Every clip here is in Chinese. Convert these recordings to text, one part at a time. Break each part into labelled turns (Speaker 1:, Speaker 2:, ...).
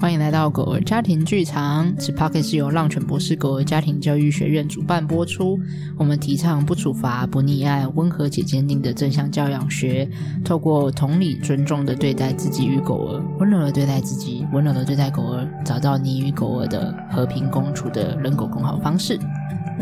Speaker 1: 欢迎来到狗儿家庭剧场。此 p o c k e t 是由浪犬博士狗儿家庭教育学院主办播出。我们提倡不处罚、不溺爱、温和且坚定的正向教养学，透过同理、尊重的对待自己与狗儿，温柔的对待自己，温柔的对待狗儿，找到你与狗儿的和平共处的人狗共好方式。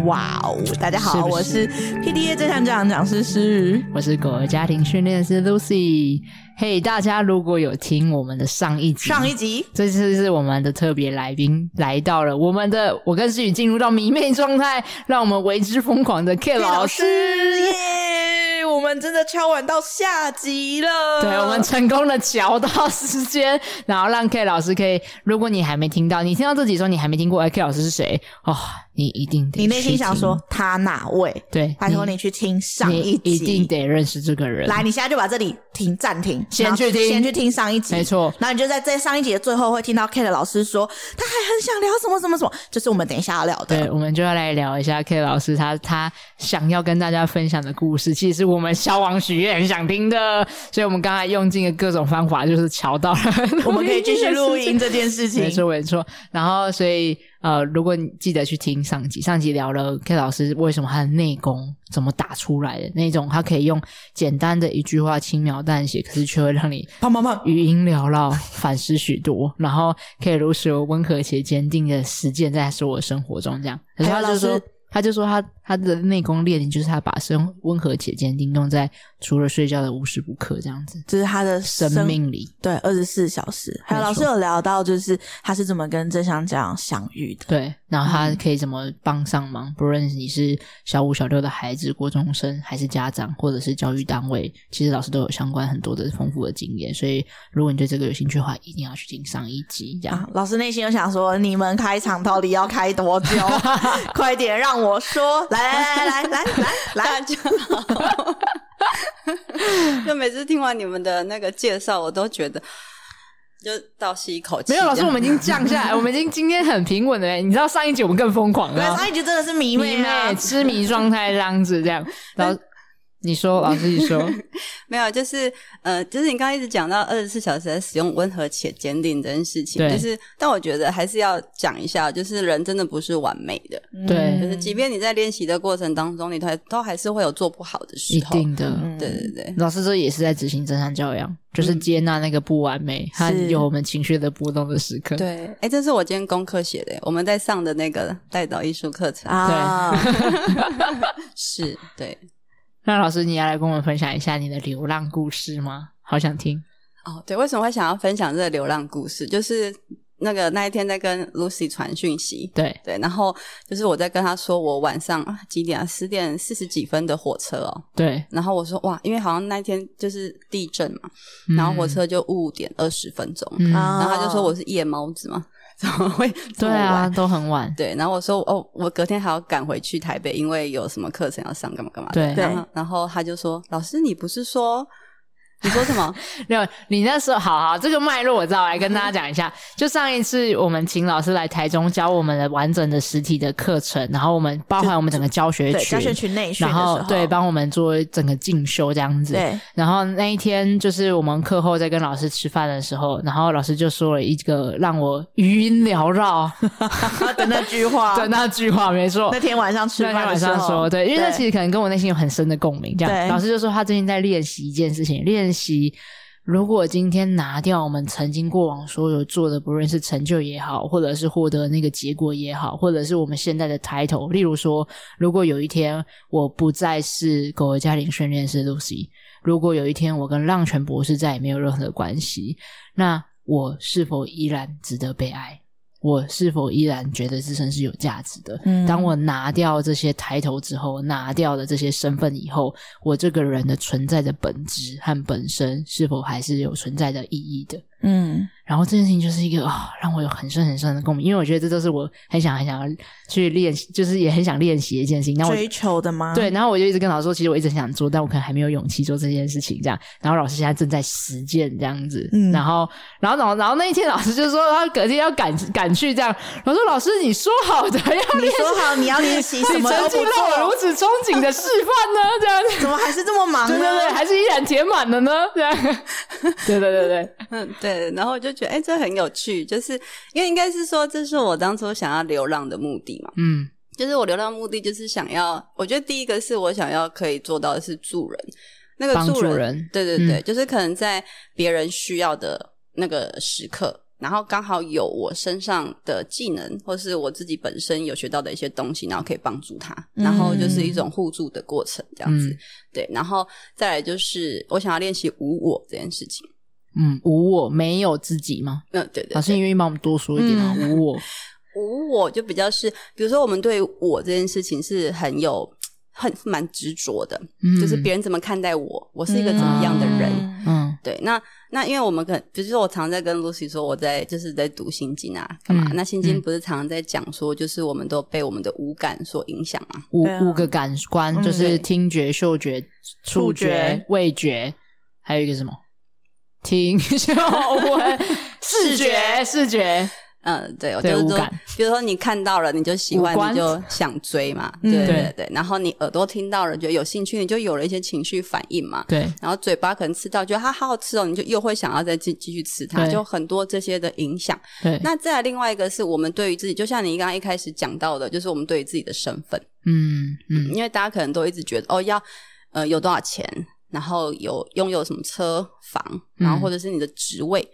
Speaker 2: 哇哦！大家好，
Speaker 1: 是不
Speaker 2: 我
Speaker 1: 是
Speaker 2: 是 PDA 正向教养讲师诗雨。
Speaker 1: 我是狗儿家庭训练师 Lucy。嘿、大家如果有听我们的上一集，
Speaker 2: 上 一集
Speaker 1: 这次是我们的特别来宾来到了，我们的我跟诗雨进入到迷妹状态，让我们为之疯狂的 K 老师，
Speaker 2: 耶我们真的敲完到下集了。
Speaker 1: 对我们成功的调到时间，然后让 K 老师可以，如果你还没听到，你听到这集说你还没听过，哎，K 老师是谁？哦，你一定得
Speaker 2: 你内
Speaker 1: 去
Speaker 2: 心想
Speaker 1: 听
Speaker 2: 说，他哪位？
Speaker 1: 对，
Speaker 2: 拜托
Speaker 1: 你
Speaker 2: 你去听上
Speaker 1: 你
Speaker 2: 集，
Speaker 1: 一定得认识这个人，
Speaker 2: 来，你现在就把这里停暂停，
Speaker 1: 先去
Speaker 2: 然后
Speaker 1: 听
Speaker 2: 先去听上一集，
Speaker 1: 没错
Speaker 2: 然后你就在在上一集的最后会听到 Kate 老师说，他还很想聊什么什么什么，就是我们等一下要聊的。
Speaker 1: 对，我们就要来聊一下 K 老师他他想要跟大家分享的故事，其实是我们消亡许愿很想听的，所以我们刚才用尽了各种方法，就是瞧到了
Speaker 2: 我们可以继续录音
Speaker 1: 的
Speaker 2: 这件
Speaker 1: 事
Speaker 2: 事
Speaker 1: 情。 没
Speaker 2: 情。
Speaker 1: 错没错，然后所以呃，如果你记得去听上集，上集聊了 K 老师为什么他的内功怎么打出来的那种，他可以用简单的一句话轻描淡写，可是却会让你
Speaker 2: 胖胖胖，
Speaker 1: 余音缭绕，反思许多，然后可以如此温和且坚定的实践在所有生活中，这样。可是
Speaker 2: 还
Speaker 1: 他
Speaker 2: 有
Speaker 1: 就
Speaker 2: 老
Speaker 1: 说
Speaker 2: 师，
Speaker 1: 他就说他他的内功练习就是他把生温和且坚定用在除了睡觉的无时不刻这样子
Speaker 2: 这是他的
Speaker 1: 生命里。
Speaker 2: 对，二十四小时。还有
Speaker 1: 没
Speaker 2: 老
Speaker 1: 错
Speaker 2: 师有聊到，就是他是怎么跟郑香这样相遇的。
Speaker 1: 对，然后他可以怎么帮上忙？不论你是小五、小六的孩子、国中生，还是家长，或者是教育单位，其实老师都有相关很多的丰富的经验。所以，如果你对这个有兴趣的话，一定要去听上一集。这样，
Speaker 2: 啊！老师内心有想说，你们开场到底要开多 久？快点让我说！来来来来来 来来，
Speaker 3: 就每次听完你们的那个介绍，我都觉得就倒吸一口气。
Speaker 1: 没有老师，
Speaker 3: 这样
Speaker 1: 我们已经降下来，我们已经今天很平稳的嘞。你知道上一集我们更疯狂
Speaker 2: 对，
Speaker 1: 了，
Speaker 2: 上一集真的是迷妹啊
Speaker 1: 妹！痴迷状态这样子，这样。然后你说，老师你说，
Speaker 3: 没有，就是呃，就是你刚刚一直讲到二十四小时在使用温和且坚定这件事情，
Speaker 1: 对
Speaker 3: 就是但我觉得还是要讲一下，就是人真的不是完美的，
Speaker 2: 嗯
Speaker 1: 对
Speaker 3: 就是即便你在练习的过程当中，你都还都还是会有做不好嗯的
Speaker 1: 一
Speaker 3: 时候。
Speaker 1: 定嗯的。
Speaker 3: 对对对。
Speaker 1: 老师这也是在执行正向教养，就是接纳那个不完美，和
Speaker 2: 是
Speaker 1: 有我们情绪的波动的时刻。，
Speaker 3: 对，哎，这是我今天功课写的，我们在上的那个带导艺术课程，
Speaker 2: 啊，
Speaker 3: 是对
Speaker 1: 那老师你要来跟我们分享一下你的流浪故事吗？好想听。
Speaker 3: 哦，对，为什么会想要分享这个流浪故事？就是那个那一天在跟 Lucy 传讯息，
Speaker 1: 对，
Speaker 3: 对，然后就是我在跟她说我晚上啊几点啊，十点四十几分的火车哦，
Speaker 1: 对，
Speaker 3: 然后我说哇，因为好像那一天就是地震嘛，
Speaker 1: 嗯
Speaker 3: 然后火，车就误点二十分钟，
Speaker 1: 嗯，
Speaker 2: 啊
Speaker 3: 然后她就说我是夜猫子嘛， 怎么会这
Speaker 1: 对
Speaker 3: 么
Speaker 1: 啊，
Speaker 3: 晚？
Speaker 1: 都很晚。
Speaker 3: 对，然后我说哦，我隔天还要赶回去台北，因为有什么课程要上，干嘛干嘛的。
Speaker 1: 对
Speaker 3: 然后然后他就说：“老师，你不是说你说什么？
Speaker 1: 没有，你那时候好好，这个脉络我知道，来跟大家讲一 下。就上一次我们秦老师来台中教我们的完整的实体的课程，然后我们包含我们整个教学
Speaker 2: 对，
Speaker 1: 群，
Speaker 2: 教学群内训
Speaker 1: 然
Speaker 2: 的时候
Speaker 1: 后，对帮我们做整个进修这样子。
Speaker 2: 对，
Speaker 1: 然后那一天就是我们课后在跟老师吃饭的时候，然后老师就说了一个让我余音缭绕
Speaker 2: 的那句话，
Speaker 1: 的那句话，没错
Speaker 2: 那。天晚上吃
Speaker 1: 那
Speaker 2: 饭
Speaker 1: 天晚
Speaker 2: 的时
Speaker 1: 上
Speaker 2: 候
Speaker 1: 说，对，因为那其实可能跟我内心有很深的共鸣。这样，
Speaker 2: 对
Speaker 1: 老师就说他最近在练习一件事情，练习如果今天拿掉我们曾经过往所有做的，不论是成就也好，或者是获得那个结果也好，或者是我们现在的 title，例如说，如果有一天我不再是狗儿家庭训练师 Lucy，如果有一天我跟浪犬博士再也没有任何关系，那我是否依然值得被爱？我是否依然觉得自身是有价值的？
Speaker 2: 嗯
Speaker 1: 当我拿掉这些抬头之后，拿掉了这些身份以后，我这个人的存在的本质和本身是否还是有存在的意义的？
Speaker 2: 嗯，
Speaker 1: 然后这件事情就是一个啊、让我有很深很深的共鸣，因为我觉得这都是我很想很想要去练习，就是也很想练习的一件事情。那我
Speaker 2: 追求的吗？
Speaker 1: 对，，然后我就一直跟老师说，其实我一直很想做，但我可能还没有勇气做这件事情，这样。然后老师现在正在实践这样子，
Speaker 2: 嗯
Speaker 1: 然后，然后，然后，然后那一天老师就说他隔天要赶赶去这样，我说老师你说好的要
Speaker 2: 你
Speaker 1: 练习，
Speaker 2: 说好你要练习 什
Speaker 1: 你
Speaker 2: 么
Speaker 1: 曾
Speaker 2: 都
Speaker 1: 经
Speaker 2: 不
Speaker 1: 让我
Speaker 2: 做
Speaker 1: 如，此憧憬的示范呢，这样子。
Speaker 2: 怎么还是这么忙
Speaker 1: 对对
Speaker 2: 呢？
Speaker 1: 对，还是依然填满了呢。这样，对对对对，
Speaker 3: 嗯，对，然后我就觉得，哎、这很有趣，就是因为应该是说，这是我当初想要流浪的目的嘛。
Speaker 1: 嗯
Speaker 3: 就是我流浪目的就是想要，我觉得第一个是我想要可以做到的是助人，那个
Speaker 1: 帮
Speaker 3: 助
Speaker 1: 助
Speaker 3: 人，
Speaker 1: 人
Speaker 3: 对对对，
Speaker 1: 嗯
Speaker 3: 就是可能在别人需要的那个时刻，然后刚好有我身上的技能，或是我自己本身有学到的一些东西，然后可以帮助他，
Speaker 2: 嗯
Speaker 3: 然后就是一种互助的过程，这样子。
Speaker 1: 嗯
Speaker 3: 对，然后再来就是我想要练习无我这件事情。
Speaker 1: 嗯，无我没有自己吗？
Speaker 3: 嗯，对对
Speaker 1: 老师，你愿意帮我们多说一点吗？
Speaker 3: 嗯
Speaker 1: 无我，
Speaker 3: 无我就比较是，比如说我们对我这件事情是很有。很蛮执着的，
Speaker 1: 嗯
Speaker 3: 就是别人怎么看待我，我是一个怎么样的人？
Speaker 2: 嗯
Speaker 1: 嗯
Speaker 3: 对，那那因为我们可，比如说我常在跟 Lucy 说，我在就是在读《心经》啊，干嘛？
Speaker 1: 嗯
Speaker 3: 那《心经
Speaker 1: 嗯》
Speaker 3: 不是常常在讲说，就是我们都被我们的五感所影响嘛？
Speaker 1: 五
Speaker 2: 对啊
Speaker 1: 五个感官
Speaker 2: 嗯
Speaker 1: 就是听觉、嗅觉、触
Speaker 2: 触
Speaker 1: 觉
Speaker 2: 觉、
Speaker 1: 味觉，还有一个什么？听嗅 闻视觉、视觉，
Speaker 3: 嗯，对，我就
Speaker 1: 对
Speaker 3: 是
Speaker 1: 五
Speaker 3: 说
Speaker 1: 感，
Speaker 3: 比如说你看到了，你就喜
Speaker 1: 五
Speaker 3: 欢，
Speaker 1: 官
Speaker 3: 你就想追嘛，
Speaker 2: 嗯
Speaker 3: 对对
Speaker 1: 对
Speaker 3: 对对。然后你耳朵听到了，就有兴趣，你就有了一些情绪反应嘛。
Speaker 1: 对
Speaker 3: 然后嘴巴可能吃到，觉得它好好吃哦，你就又会想要再继继续吃它，
Speaker 1: 对
Speaker 3: 就很多这些的影响。
Speaker 1: 对，
Speaker 3: 那再来另外一个是我们对于自己，就像你刚刚一开始讲到的，就是我们对于自己的身份，
Speaker 1: 嗯嗯
Speaker 3: 因为大家可能都一直觉得哦，要呃有多少钱，然后有拥有什么车房，然后
Speaker 1: 嗯
Speaker 3: 或者是你的职位，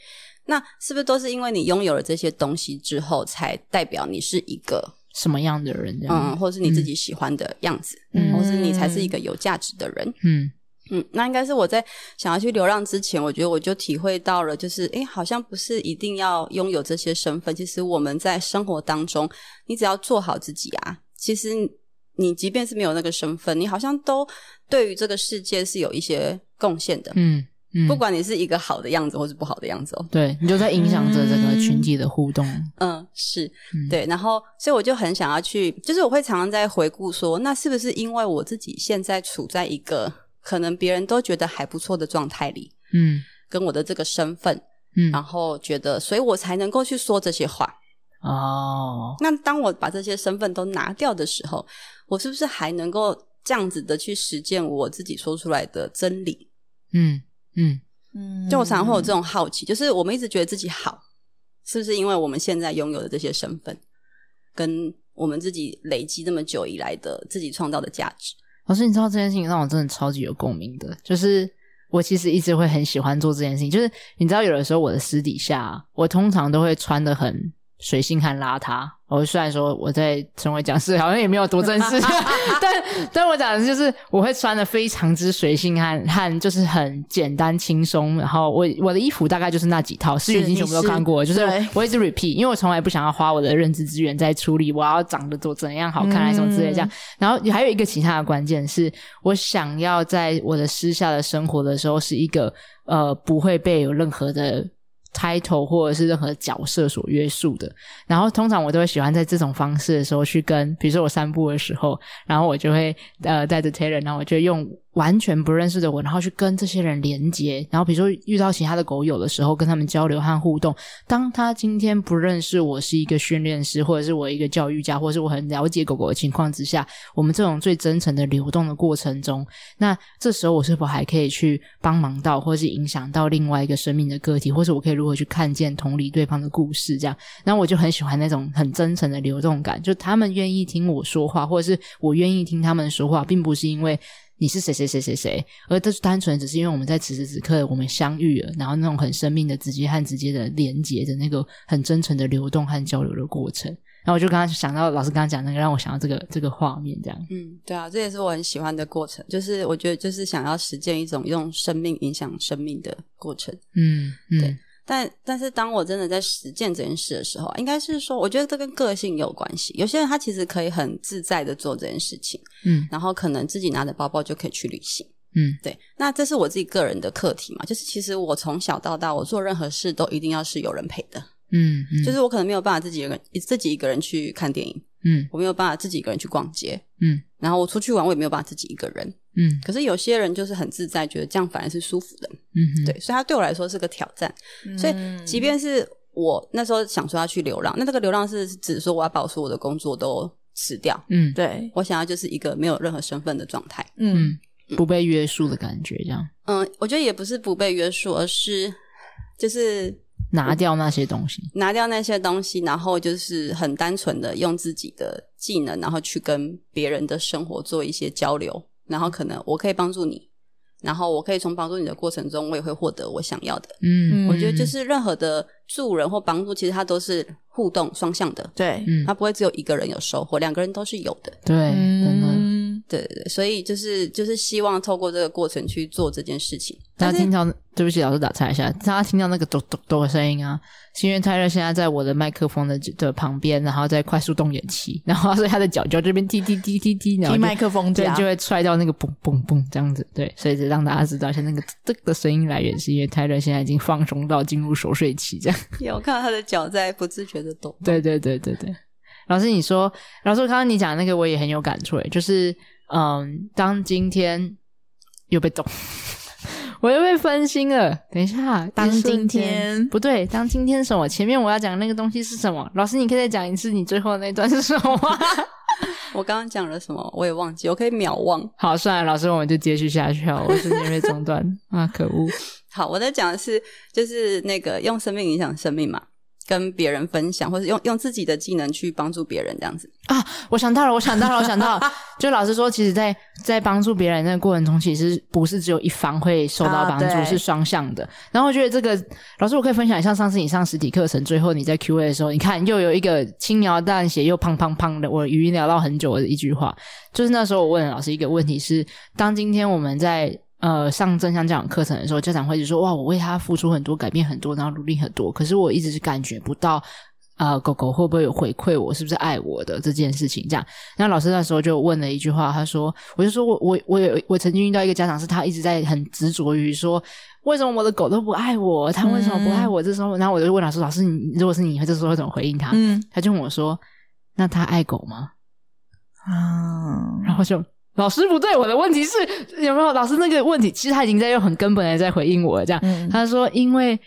Speaker 3: 那是不是都是因为你拥有了这些东西之后，才代表你是一个
Speaker 1: 什么样的人这
Speaker 3: 嗯，
Speaker 1: 样？
Speaker 3: 或者是你自己喜欢的样子，
Speaker 1: 嗯
Speaker 3: 或是你才是一个有价值的人？
Speaker 1: 嗯
Speaker 3: 嗯，那应该是我在想要去流浪之前，我觉得我就体会到了，就是诶，好像不是一定要拥有这些身份。其实我们在生活当中，你只要做好自己啊，其实你即便是没有那个身份，你好像都对于这个世界是有一些贡献的。
Speaker 1: 嗯嗯，
Speaker 3: 不管你是一个好的样子，或是不好的样子哦，
Speaker 1: 对你就在影响着整个
Speaker 2: 嗯
Speaker 1: 群体的互动。
Speaker 3: 嗯，是
Speaker 1: 嗯
Speaker 3: 对，然后所以我就很想要去，就是我会常常在回顾说，那是不是因为我自己现在处在一个可能别人都觉得还不错的状态里，
Speaker 1: 嗯
Speaker 3: 跟我的这个身份，
Speaker 1: 嗯
Speaker 3: 然后觉得，所以我才能够去说这些话。
Speaker 1: 哦，
Speaker 3: 那当我把这些身份都拿掉的时候，我是不是还能够这样子的去实践我自己说出来的真理？
Speaker 1: 嗯嗯
Speaker 2: 嗯
Speaker 3: 就我常常会有这种好奇，就是我们一直觉得自己好，是不是因为我们现在拥有的这些身份，跟我们自己累积这么久以来的自己创造的价值？
Speaker 1: 老师，你知道这件事情让我真的超级有共鸣的，就是我其实一直会很喜欢做这件事情。就是你知道，有的时候我的私底下，我通常都会穿的很随性和邋遢。我虽然说我在成为讲师好像也没有多正 式，但但我讲的就是我会穿的非常之随性和和就是很简单轻松。然后我我的衣服大概就是那几套，是已经全部都看过了，就是
Speaker 2: 是对
Speaker 1: 我一直 repeat，因为我从来不想要花我的认知资源在处理我要长得多怎样好看还是什么之类的这样。然后还有一个其他的关键是，我想要在我的私下的生活的时候，是一个呃不会被有任何的 title 或者是任何角色所约束的。然后通常我都会喜欢在这种方式的时候去跟，比如说我散步的时候，然后我就会呃带着 Taylor，然后我就用完全不认识的我，然后去跟这些人连接。然后比如说遇到其他的狗友的时候，跟他们交流和互动。当他今天不认识我是一个训练师，或者是我一个教育家，或者是我很了解狗狗的情况之下，我们这种最真诚的流动的过程中，那这时候我是否还可以去帮忙到，或是影响到另外一个生命的个体，或是我可以如何去看见、同理对方的故事？这样，然后我就很喜欢那种很真诚的流动感，就他们愿意听我说话，或者是我愿意听他们说话，并不是因为。你是谁谁谁谁谁，而这是单纯只是因为我们在此时此刻我们相遇了，然后那种很生命的直接和直接的连接的那个很真诚的流动和交流的过程。然后我就刚刚想到老师刚刚讲那个，让我想到这个这个画面，这样。
Speaker 3: 嗯，对啊，这也是我很喜欢的过程，就是我觉得就是想要实践一种用生命影响生命的过程。
Speaker 1: 嗯嗯
Speaker 3: 对但但是当我真的在实践这件事的时候，应该是说，我觉得这跟个性有关系。有些人他其实可以很自在的做这件事情，
Speaker 1: 嗯
Speaker 3: 然后可能自己拿着包包就可以去旅行。
Speaker 1: 嗯，
Speaker 3: 对，那这是我自己个人的课题嘛，就是其实我从小到大，我做任何事都一定要是有人陪的，
Speaker 1: 嗯，嗯
Speaker 3: 就是我可能没有办法自己一个人自己一个人去看电影，
Speaker 1: 嗯
Speaker 3: 我没有办法自己一个人去逛街，
Speaker 1: 嗯，
Speaker 3: 然后我出去玩我也没有办法自己一个人。
Speaker 1: 嗯
Speaker 3: 可是有些人就是很自在，觉得这样反而是舒服的，
Speaker 1: 嗯，
Speaker 3: 对，所以他对我来说是个挑战。
Speaker 2: 嗯
Speaker 3: 所以，即便是我那时候想说要去流浪，那这个流浪是指说我要把我所有的工作都辞掉，
Speaker 1: 嗯
Speaker 2: 对，
Speaker 3: 我想要就是一个没有任何身份的状态。
Speaker 2: 嗯
Speaker 1: 嗯不被约束的感觉，这样
Speaker 3: 嗯，我觉得也不是不被约束，而是就是
Speaker 1: 拿掉那些东西。
Speaker 3: 拿掉那些东西，然后就是很单纯的用自己的技能，然后去跟别人的生活做一些交流，然后可能我可以帮助你，然后我可以从帮助你的过程中，我也会获得我想要的。
Speaker 1: 嗯，
Speaker 2: 嗯
Speaker 3: 我觉得就是任何的助人或帮助，其实它都是互动双向的，
Speaker 2: 对，
Speaker 1: 嗯
Speaker 3: 它不会只有一个人有收获，两个人都是有的。
Speaker 1: 对，真的。
Speaker 2: 嗯，
Speaker 3: 对对对，所以就是就是希望透过这个过程去做这件事情。
Speaker 1: 大
Speaker 3: 但
Speaker 1: 家
Speaker 3: 是
Speaker 1: 听到，对不起，老师打岔一下，大家听到那个咚咚咚的声音啊，是因为泰勒现在在我的麦克风的的旁边，然后在快速动眼期， 然后所以他的脚就这边踢踢踢踢踢，然后
Speaker 2: 听
Speaker 1: 就
Speaker 2: 麦克风
Speaker 1: 对
Speaker 2: 夹，
Speaker 1: 就会踹到那个嘣嘣嘣这样子，对，所以就让大家知道，像那个这个声音来源是因为泰勒现在已经放松到进入熟睡期这样。
Speaker 3: 有看到他的脚在不自觉的抖。
Speaker 1: 对对对对对。老师，你说，老师，刚刚你讲那个我也很有感触诶，就是嗯，当今天又被懂， 我又被分心了。等一下，
Speaker 2: 当
Speaker 1: 一瞬
Speaker 2: 今
Speaker 1: 间
Speaker 2: 天
Speaker 1: 不对，当今天什么？前面我要讲那个东西是什么？老师，你可以再讲一次你最后那段是什么？
Speaker 3: 我刚刚讲了什么，我也忘记，我可以秒忘。
Speaker 1: 好，算了，老师，我们就接续下去好了，我瞬间被中断啊，可恶！
Speaker 3: 好，我在讲的是就是那个用生命影响生命嘛，跟别人分享，或是用用自己的技能去帮助别人这样子。
Speaker 1: 我想到了，我想到了，我想到 了。就老师说，其实在，在帮助别人的过程中，其实不是只有一方会受到帮助，
Speaker 2: 啊对
Speaker 1: 是双向的。然后我觉得这个老师，我可以分享一下，上次你上实体课程，最后你在 Q&A 的时候，你看又有一个轻描淡写又胖胖胖的，我语音聊到很久的一句话，就是那时候我问老师一个问题是：当今天我们在呃上正向教养课程的时候，家长会就说哇，我为他付出很多，改变很多，然后努力很多，可是我一直是感觉不到。呃，狗狗会不会有回馈我？是不是爱我的这件事情？这样，然后老师那时候就问了一句话，他说：“我就说我我我有我曾经遇到一个家长，是他一直在很执着于说，为什么我的狗都不爱我？他为什么不爱我？这时候，然后我就问老师：老师，你如果是你，这时候会怎么回应他？
Speaker 2: 嗯
Speaker 1: 他就问我说：那他爱狗吗？
Speaker 2: 啊，
Speaker 1: 然后就老师不对，我的问题是有没有老师那个问题，其实他已经在用很根本的在回应我了这样。
Speaker 2: 嗯
Speaker 1: 他说，因为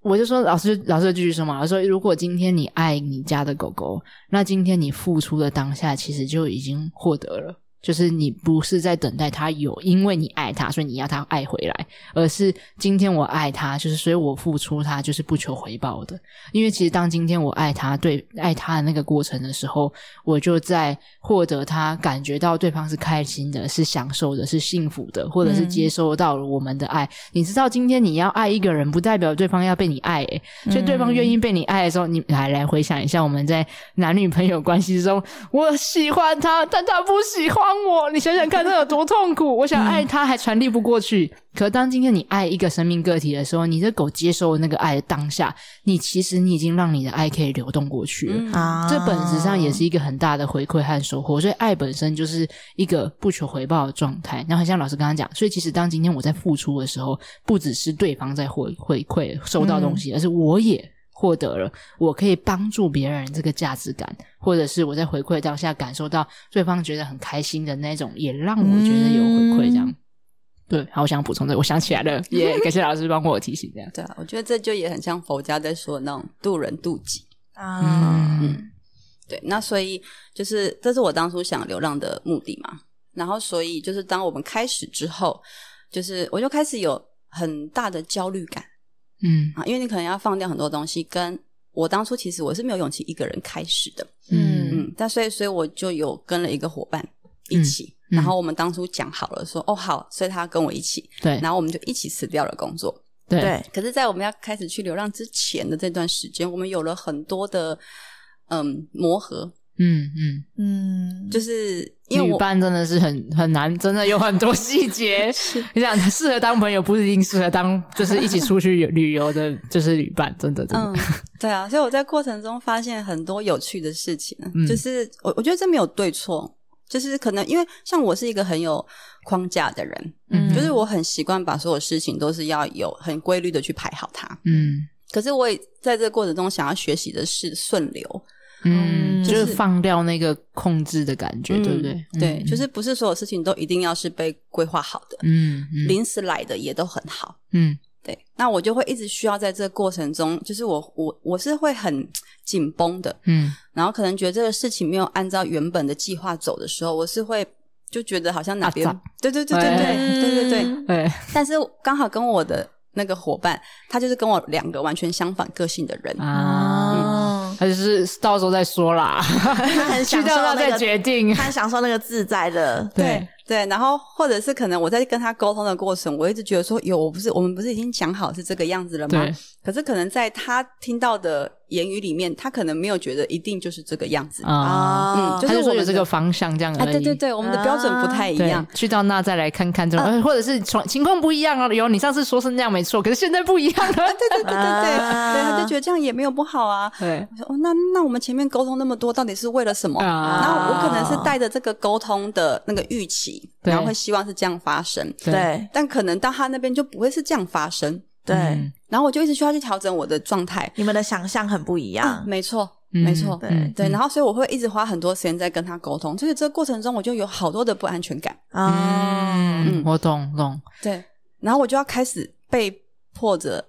Speaker 1: 我就说老师老师就继续说嘛，他说如果今天你爱你家的狗狗，那今天你付出的当下其实就已经获得了。就是你不是在等待它有，因为你爱它，所以你要它爱回来，而是今天我爱它，就是所以我付出它就是不求回报的。因为其实当今天我爱他，对爱他的那个过程的时候，我就在获得他感觉到对方是开心的、是享受的、是幸福的，或者是接收到了我们的爱。你知道，今天你要爱一个人，不代表对方要被你爱、欸，所以对方愿意被你爱的时候，你来来回想一下，我们在男女朋友关系中，我喜欢他，但他不喜欢我，你想想看，这有多痛苦！我想爱他，还传递不过去。可当今天你爱一个生命个体的时候，你的狗接收那个爱的当下，你其实你已经让你的爱可以流动过去了。
Speaker 3: 嗯
Speaker 2: 啊
Speaker 1: 这本质上也是一个很大的回馈和收获，所以爱本身就是一个不求回报的状态。然后很像老师刚刚讲，所以其实当今天我在付出的时候，不只是对方在回回馈收到东西，而是我也获得了我可以帮助别人这个价值感，或者是我在回馈当下感受到对方觉得很开心的那种，也让我觉得有回馈。这样，对，好，我想补充这个，我想起来了，耶、感谢老师帮我提醒，这 样。
Speaker 3: 对啊，我觉得这就也很像佛家在说的那种渡人渡己。
Speaker 1: 嗯
Speaker 2: 啊，
Speaker 3: 对，那所以就是这是我当初想流浪的目的嘛。然后所以就是当我们开始之后，就是我就开始有很大的焦虑感
Speaker 1: 嗯
Speaker 3: 啊，因为你可能要放掉很多东西。跟我当初其实我是没有勇气一个人开始的，
Speaker 1: 嗯
Speaker 3: 嗯，但所以所以我就有跟了一个伙伴一起。
Speaker 1: 嗯嗯
Speaker 3: 然后我们当初讲好了说，哦好，所以他跟我一起，
Speaker 1: 对
Speaker 3: 然后我们就一起辞掉了工作。
Speaker 1: 对
Speaker 2: 对，
Speaker 3: 可是，在我们要开始去流浪之前的这段时间，我们有了很多的嗯磨合，
Speaker 1: 嗯嗯。
Speaker 2: 嗯，
Speaker 3: 就是因为
Speaker 1: 女
Speaker 3: 我
Speaker 1: 伴真的是很很难，真的有很多细 节。你想适合当朋友，不一定适合当就是一起出去旅旅游的，就是旅伴，真的真的。
Speaker 3: 嗯，对啊，所以我在过程中发现很多有趣的事情，
Speaker 1: 嗯
Speaker 3: 就是我我觉得这没有对错，就是可能因为像我是一个很有框架的人，
Speaker 1: 嗯
Speaker 3: 就是我很习惯把所有事情都是要有很规律的去排好它。
Speaker 1: 嗯
Speaker 3: 可是我也在这个过程中想要学习的是顺流，
Speaker 1: 嗯，
Speaker 2: 嗯
Speaker 1: 就
Speaker 2: 就是是
Speaker 1: 放掉那个控制的感觉，对不对？
Speaker 3: 嗯对，就是不是所有事情都一定要是被规划好的，
Speaker 1: 嗯嗯
Speaker 3: 临时来的也都很好。
Speaker 1: 嗯
Speaker 3: 对，那我就会一直需要在这个过程中，就是我我我是会很紧绷的，
Speaker 1: 嗯
Speaker 3: 然后可能觉得这个事情没有按照原本的计划走的时候，我是会就觉得好像哪边
Speaker 1: 啊，
Speaker 3: 对对对对对对对对。
Speaker 2: 嗯
Speaker 1: 对，
Speaker 3: 但是刚好跟我的那个伙伴，他就是跟我两个完全相反个性的人，
Speaker 1: 啊，他就是到时候再说啦，
Speaker 2: 他很
Speaker 1: 去
Speaker 2: 享受
Speaker 1: 到那
Speaker 2: 那
Speaker 1: 再
Speaker 2: 个，
Speaker 1: 决定。
Speaker 2: 他很享受那个自在的，
Speaker 1: 对
Speaker 3: 对，然后或者是可能我在跟他沟通的过程，我一直觉得说，有我不是我们不是已经讲好是这个样子了吗
Speaker 1: 对？
Speaker 3: 可是可能在他听到的言语里面，他可能没有觉得一定就是这个样子，
Speaker 1: 啊，
Speaker 2: 啊
Speaker 3: 嗯，就
Speaker 1: 他就
Speaker 3: 是我
Speaker 1: 说有
Speaker 3: 们
Speaker 1: 这
Speaker 3: 的
Speaker 1: 个方向这样
Speaker 3: 啊，
Speaker 1: 而已。
Speaker 3: 对对对，我们的标准不太一
Speaker 1: 对
Speaker 3: 样。
Speaker 1: 去到那再来看看这种，呃或者是从情况不一样了。有你上次说是那样没错，可是现在不一样了。
Speaker 3: 对对对对对，
Speaker 2: 啊
Speaker 3: 对，他就觉得这样也没有不好啊。
Speaker 1: 对
Speaker 3: 我说哦，那那我们前面沟通那么多，到底是为了什么？
Speaker 1: 啊
Speaker 3: 然后我可能是带着这个沟通的那个预期，
Speaker 1: 对
Speaker 3: 然后会希望是这样发生，
Speaker 2: 对
Speaker 3: 但可能到他那边就不会是这样发生。
Speaker 2: 对，
Speaker 1: 嗯
Speaker 3: 然后我就一直需要去调整我的状态。
Speaker 2: 你们的想象很不一
Speaker 3: 啊，
Speaker 2: 样，
Speaker 3: 没错，
Speaker 1: 嗯
Speaker 3: 没错，
Speaker 2: 对
Speaker 1: 嗯
Speaker 3: 对。然后所以我会一直花很多时间在跟他沟通，所以这个过程中我就有好多的不安全感。
Speaker 2: 啊，
Speaker 1: 嗯
Speaker 3: 嗯，
Speaker 1: 我懂懂。
Speaker 3: 对，然后我就要开始被迫着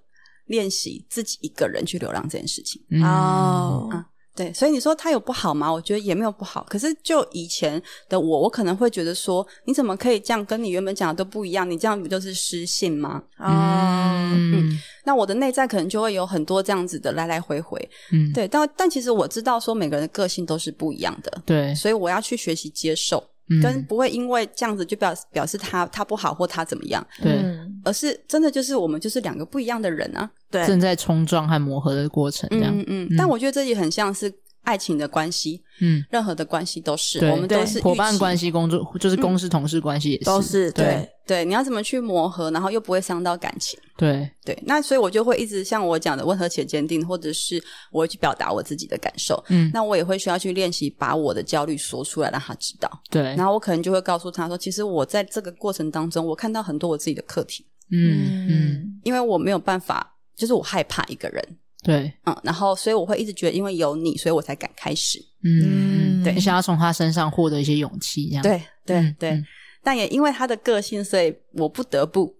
Speaker 3: 练习自己一个人去流浪这件事情。
Speaker 1: 嗯，
Speaker 2: 哦，
Speaker 3: 对，所以你说他有不好吗？我觉得也没有不好。可是就以前的我，我可能会觉得说，你怎么可以这样跟你原本讲的都不一样？你这样不就是失信吗？
Speaker 2: 啊，
Speaker 1: 嗯
Speaker 3: 那我的内在可能就会有很多这样子的来来回回。
Speaker 1: 嗯，
Speaker 3: 对，但但其实我知道说每个人的个性都是不一样的，
Speaker 1: 对，
Speaker 3: 所以我要去学习接受，
Speaker 1: 嗯
Speaker 3: 跟不会因为这样子就表表示他他不好或他怎么样，
Speaker 1: 对
Speaker 2: 嗯
Speaker 3: 而是真的就是我们就是两个不一样的人啊。
Speaker 2: 对
Speaker 1: 正在冲撞和磨合的过程，这样
Speaker 3: 嗯嗯嗯。但我觉得这也很像是爱情的关系，
Speaker 1: 嗯。
Speaker 3: 任何的关系都是，
Speaker 1: 对
Speaker 3: 我们都是
Speaker 1: 伙伴关
Speaker 3: 系。
Speaker 1: 系、工作就是公司同事关系也是，
Speaker 2: 都是对
Speaker 1: 对
Speaker 3: 对，你要怎么去磨合，然后又不会伤到感情。
Speaker 1: 对
Speaker 3: 对，那所以我就会一直像我讲的温和且坚定，或者是我会去表达我自己的感受。
Speaker 1: 嗯
Speaker 3: 那我也会需要去练习把我的焦虑说出来，让他知道。
Speaker 1: 对，
Speaker 3: 然后我可能就会告诉他说，其实我在这个过程当中，我看到很多我自己的课题，
Speaker 1: 嗯嗯
Speaker 2: 嗯
Speaker 3: 因为我没有办法，就是我害怕一个人，
Speaker 1: 对
Speaker 3: 嗯，然后所以我会一直觉得，因为有你，所以我才敢开始。
Speaker 1: 嗯，
Speaker 2: 对
Speaker 1: 你想要从他身上获得一些勇气，这样
Speaker 3: 对对、
Speaker 1: 嗯
Speaker 3: 对、
Speaker 1: 嗯
Speaker 3: 但也因为他的个性，所以我不得不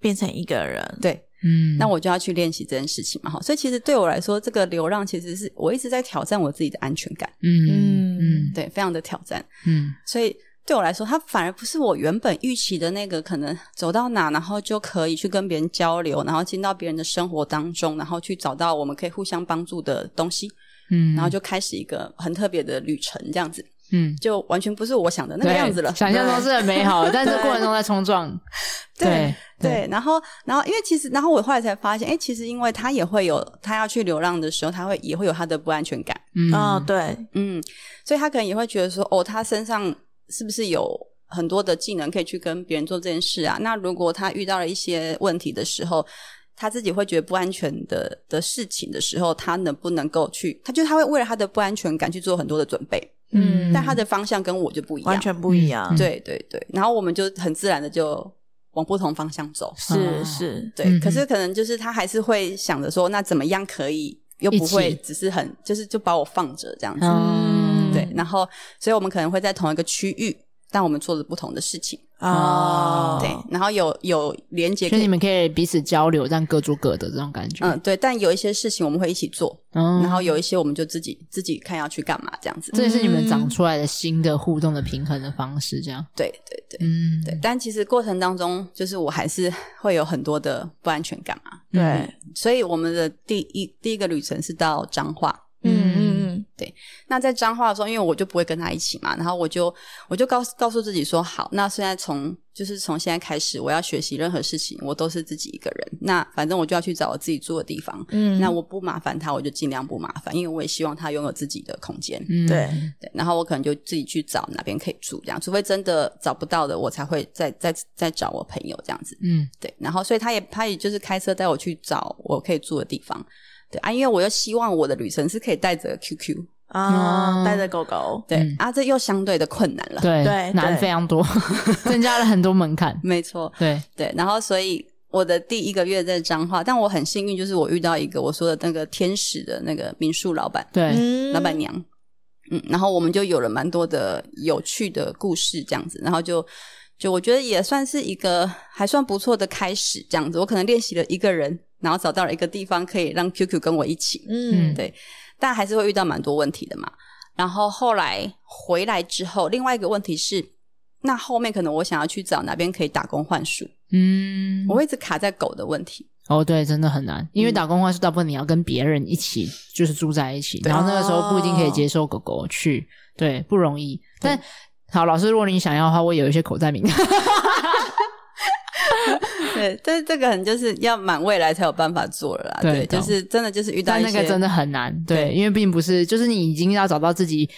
Speaker 2: 变成一个人，
Speaker 3: 对
Speaker 1: 嗯，
Speaker 3: 那我就要去练习这件事情嘛，哈。所以其实对我来说，这个流浪其实是我一直在挑战我自己的安全感，
Speaker 1: 嗯
Speaker 2: 嗯
Speaker 1: 嗯
Speaker 3: 对，非常的挑战。
Speaker 1: 嗯
Speaker 3: 所以对我来说，它反而不是我原本预期的那个，可能走到哪，然后就可以去跟别人交流，然后进到别人的生活当中，然后去找到我们可以互相帮助的东西，
Speaker 1: 嗯，
Speaker 3: 然后就开始一个很特别的旅程，这样子
Speaker 1: 嗯
Speaker 3: 就完全不是我想的那个
Speaker 1: 对
Speaker 3: 样子了。
Speaker 1: 想象中是很美 好的，但是
Speaker 3: 对
Speaker 1: 过程中在冲撞，
Speaker 3: 对
Speaker 1: 对
Speaker 3: 对，然后，然后，因为其实，然后我后来才发现，哎，其实因为他也会有，他要去流浪的时候，他会也会有他的不安全感，
Speaker 1: 嗯
Speaker 2: 哦，对，
Speaker 3: 嗯，所以他可能也会觉得说，哦，他身上是不是有很多的技能可以去跟别人做这件事啊？那如果他遇到了一些问题的时候，他自己会觉得不安全的的事情的时候，他能不能够去？他就他会为了他的不安全感去做很多的准备，
Speaker 2: 嗯
Speaker 3: 但他的方向跟我就不一样，
Speaker 2: 完全不一
Speaker 1: 嗯
Speaker 2: 样，
Speaker 3: 对对对，然后我们就很自然的就往不同方向走。
Speaker 2: 是是，
Speaker 3: 对，
Speaker 1: 嗯
Speaker 3: 可是可能就是他还是会想着说，那怎么样可以又
Speaker 1: 一
Speaker 3: 不会
Speaker 1: 起
Speaker 3: 只是很就是就把我放着这样子，
Speaker 1: 嗯
Speaker 3: 对。然后，所以我们可能会在同一个区域，但我们做着不同的事情，
Speaker 2: 哦，
Speaker 3: 对。然后有有连接
Speaker 1: 所
Speaker 3: 可
Speaker 1: 以你
Speaker 3: 以，
Speaker 1: 们可以彼此交流，但各做各的这种感觉，
Speaker 3: 嗯，对。但有一些事情我们会一起做，
Speaker 1: 嗯，
Speaker 3: 然后有一些我们就自己自己看要去干嘛这样子，
Speaker 1: 这也是你们长出来的新的互动的平衡的方式，这样，
Speaker 3: 对对对。
Speaker 1: 嗯，
Speaker 3: 对，但其实过程当中，就是我还是 会有很多的不安全感嘛，
Speaker 1: 嗯
Speaker 3: 嗯
Speaker 2: 对，
Speaker 3: 所以我们的第一第一个旅程是到彰化，
Speaker 2: 嗯嗯
Speaker 3: 那在彰化的时候，因为我就不会跟他一起嘛，然后我就我就告诉告诉自己说，好，那现在从就是从现在开始，我要学习任何事情，我都是自己一个人。那反正我就要去找我自己住的地方，
Speaker 2: 嗯，
Speaker 3: 那我不麻烦他，我就尽量不麻烦，因为我也希望他拥有自己的空间。
Speaker 1: 嗯，
Speaker 2: 对
Speaker 3: 对，然后我可能就自己去找哪边可以住，这样，除非真的找不到的，我才会再再再找我朋友这样子。
Speaker 1: 嗯
Speaker 3: 对，然后所以他也他也就是开车带我去找我可以住的地方。对啊，因为我又希望我的旅程是可以带着 QQ，
Speaker 2: 啊，
Speaker 1: 嗯
Speaker 2: 带着狗狗，
Speaker 3: 对、
Speaker 1: 嗯
Speaker 3: 啊，这又相对的困难了。
Speaker 1: 对
Speaker 2: 对
Speaker 1: 难
Speaker 2: 对
Speaker 1: 非常多， 增加了很多门槛，
Speaker 3: 没错，
Speaker 1: 对，
Speaker 3: 对。然后，所以我的第一个月在彰化，但我很幸运，就是我遇到一个我说的那个天使的那个民宿老板、
Speaker 1: 对，
Speaker 2: 嗯
Speaker 3: 老板娘，嗯，然后我们就有了蛮多的有趣的故事，这样子，然后就。就我觉得也算是一个还算不错的开始，这样子，我可能练习了一个人，然后找到了一个地方可以让 QQ 跟我一起，
Speaker 2: 嗯，
Speaker 3: 对但还是会遇到蛮多问题的嘛。然后后来回来之后，另外一个问题是，那后面可能我想要去找哪边可以打工换宿，
Speaker 1: 嗯，
Speaker 3: 我会一直卡在狗的问题。
Speaker 1: 哦，对，真的很难，因
Speaker 3: 嗯
Speaker 1: 为打工换宿大部分你要跟别人一起，就是住在一起，
Speaker 3: 对哦
Speaker 1: 然后那个时候不一定可以接受狗狗去，对，不容易。但好，老师，如果你想要的话，我有一些口袋名 单。
Speaker 3: 对，但是这个很就是要满未来才有办法做了啦。
Speaker 1: 对
Speaker 3: 对，
Speaker 1: 懂
Speaker 3: 就是真的就是遇到
Speaker 1: 但
Speaker 3: 一
Speaker 1: 那
Speaker 3: 些
Speaker 1: 个真的很难，对，
Speaker 3: 对
Speaker 1: 因为并不是，就是你已经要找到自己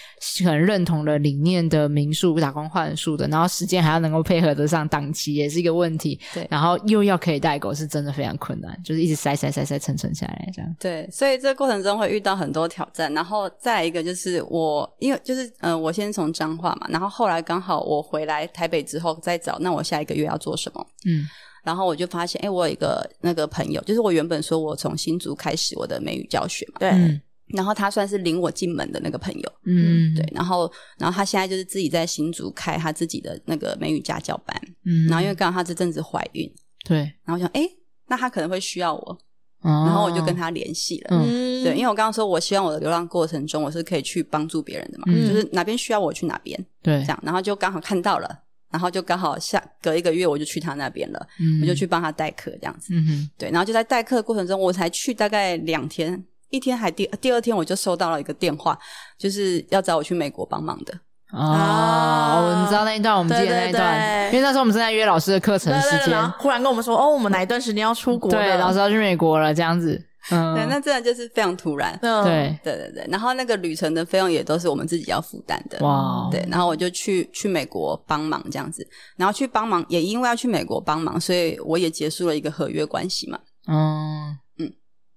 Speaker 1: 很认同的理念的民宿打工换宿的，然后时间还要能够配合得上档期，也是一个问题。
Speaker 3: 对
Speaker 1: 然后又要可以带狗，是真的非常困难，就是一直塞塞塞塞蹭蹭下来这样。
Speaker 3: 对，所以这个过程中会遇到很多挑战，然后再来一个就是我，因为就是嗯、呃我先从彰化嘛，然后后来刚好我回来台北之后再找，那我下一个月要做什么？
Speaker 1: 嗯
Speaker 3: 然后我就发现，哎，我有一个那个朋友，就是我原本说我从新竹开始我的美语教学嘛，
Speaker 2: 对，
Speaker 1: 嗯
Speaker 3: 然后他算是领我进门的那个朋友，
Speaker 1: 嗯，
Speaker 3: 对，，然后然后他现在就是自己在新竹开他自己的那个美语家教班，
Speaker 1: 嗯，
Speaker 3: 然后因为刚好他这阵子怀孕，
Speaker 1: 对，
Speaker 3: 然后我想，哎，那他可能会需要我，
Speaker 1: 然
Speaker 3: 然后我就跟他联系了，
Speaker 1: 嗯
Speaker 2: 嗯
Speaker 3: 对，因为我刚刚说，我希望我的流浪过程中，我是可以去帮助别人的嘛，
Speaker 1: 嗯
Speaker 3: 就是哪边需要我去哪边
Speaker 1: 对
Speaker 3: 这，样，然后就刚好看到了，然后就刚好下隔一个月我就去他那边了，
Speaker 1: 嗯
Speaker 3: 我就去，帮他代课这样子，
Speaker 1: 嗯哼，
Speaker 3: 对，然后就在代课的过程中，我才去大概两天，一天还第第二天我就收到了一个电话，就是要找我去美国帮忙的，
Speaker 1: 啊，我们知道那一段，我们记得那一段，
Speaker 2: 对对
Speaker 1: 因为那时候我们正在约老师的课程
Speaker 2: 对
Speaker 1: 时
Speaker 2: 对对，然
Speaker 1: 间，
Speaker 2: 后忽然跟我们说，哦，我们哪一段时间要出国的？
Speaker 1: 对，老师要去美国了，这样子，嗯，
Speaker 3: 对，那真的就是非常突然，
Speaker 2: 嗯，
Speaker 1: 对，
Speaker 3: 对对对，然后那个旅程的费用也都是我们自己要负担的，
Speaker 1: 哇，
Speaker 3: 对，然后我就去去美国帮忙这样子，然后去帮忙，也因为要去美国帮忙，所以我也结束了一个合约关系嘛。
Speaker 1: 嗯，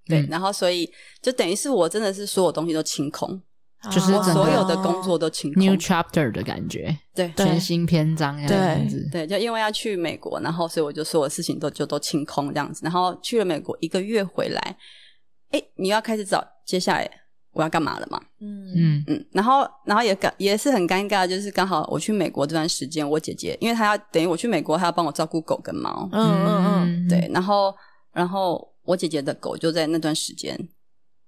Speaker 3: 对，
Speaker 1: 嗯
Speaker 3: 然后所以就等于是我真的是所有东西都清空，
Speaker 1: 就是
Speaker 2: 哦
Speaker 3: 我
Speaker 1: 整个
Speaker 3: 所哦有的工作都清
Speaker 1: ，new
Speaker 3: 空。
Speaker 1: chapter 的感觉，
Speaker 3: 对
Speaker 2: 对
Speaker 1: 全新篇章这样子，
Speaker 3: 对，就因为要去美国，然后所以我就所有事情都就都清空这样子，然后去了美国一个月回来，哎，你要开始找接下来我要干嘛了嘛？
Speaker 2: 嗯
Speaker 1: 嗯
Speaker 3: 嗯，然后然后也感也是很尴尬，就是刚好我去美国这段时间，我姐姐因为她要等于我去美国，她要帮我照顾狗跟猫
Speaker 2: 嗯，嗯嗯，
Speaker 3: 对，然后然后我姐姐的狗就在那段时间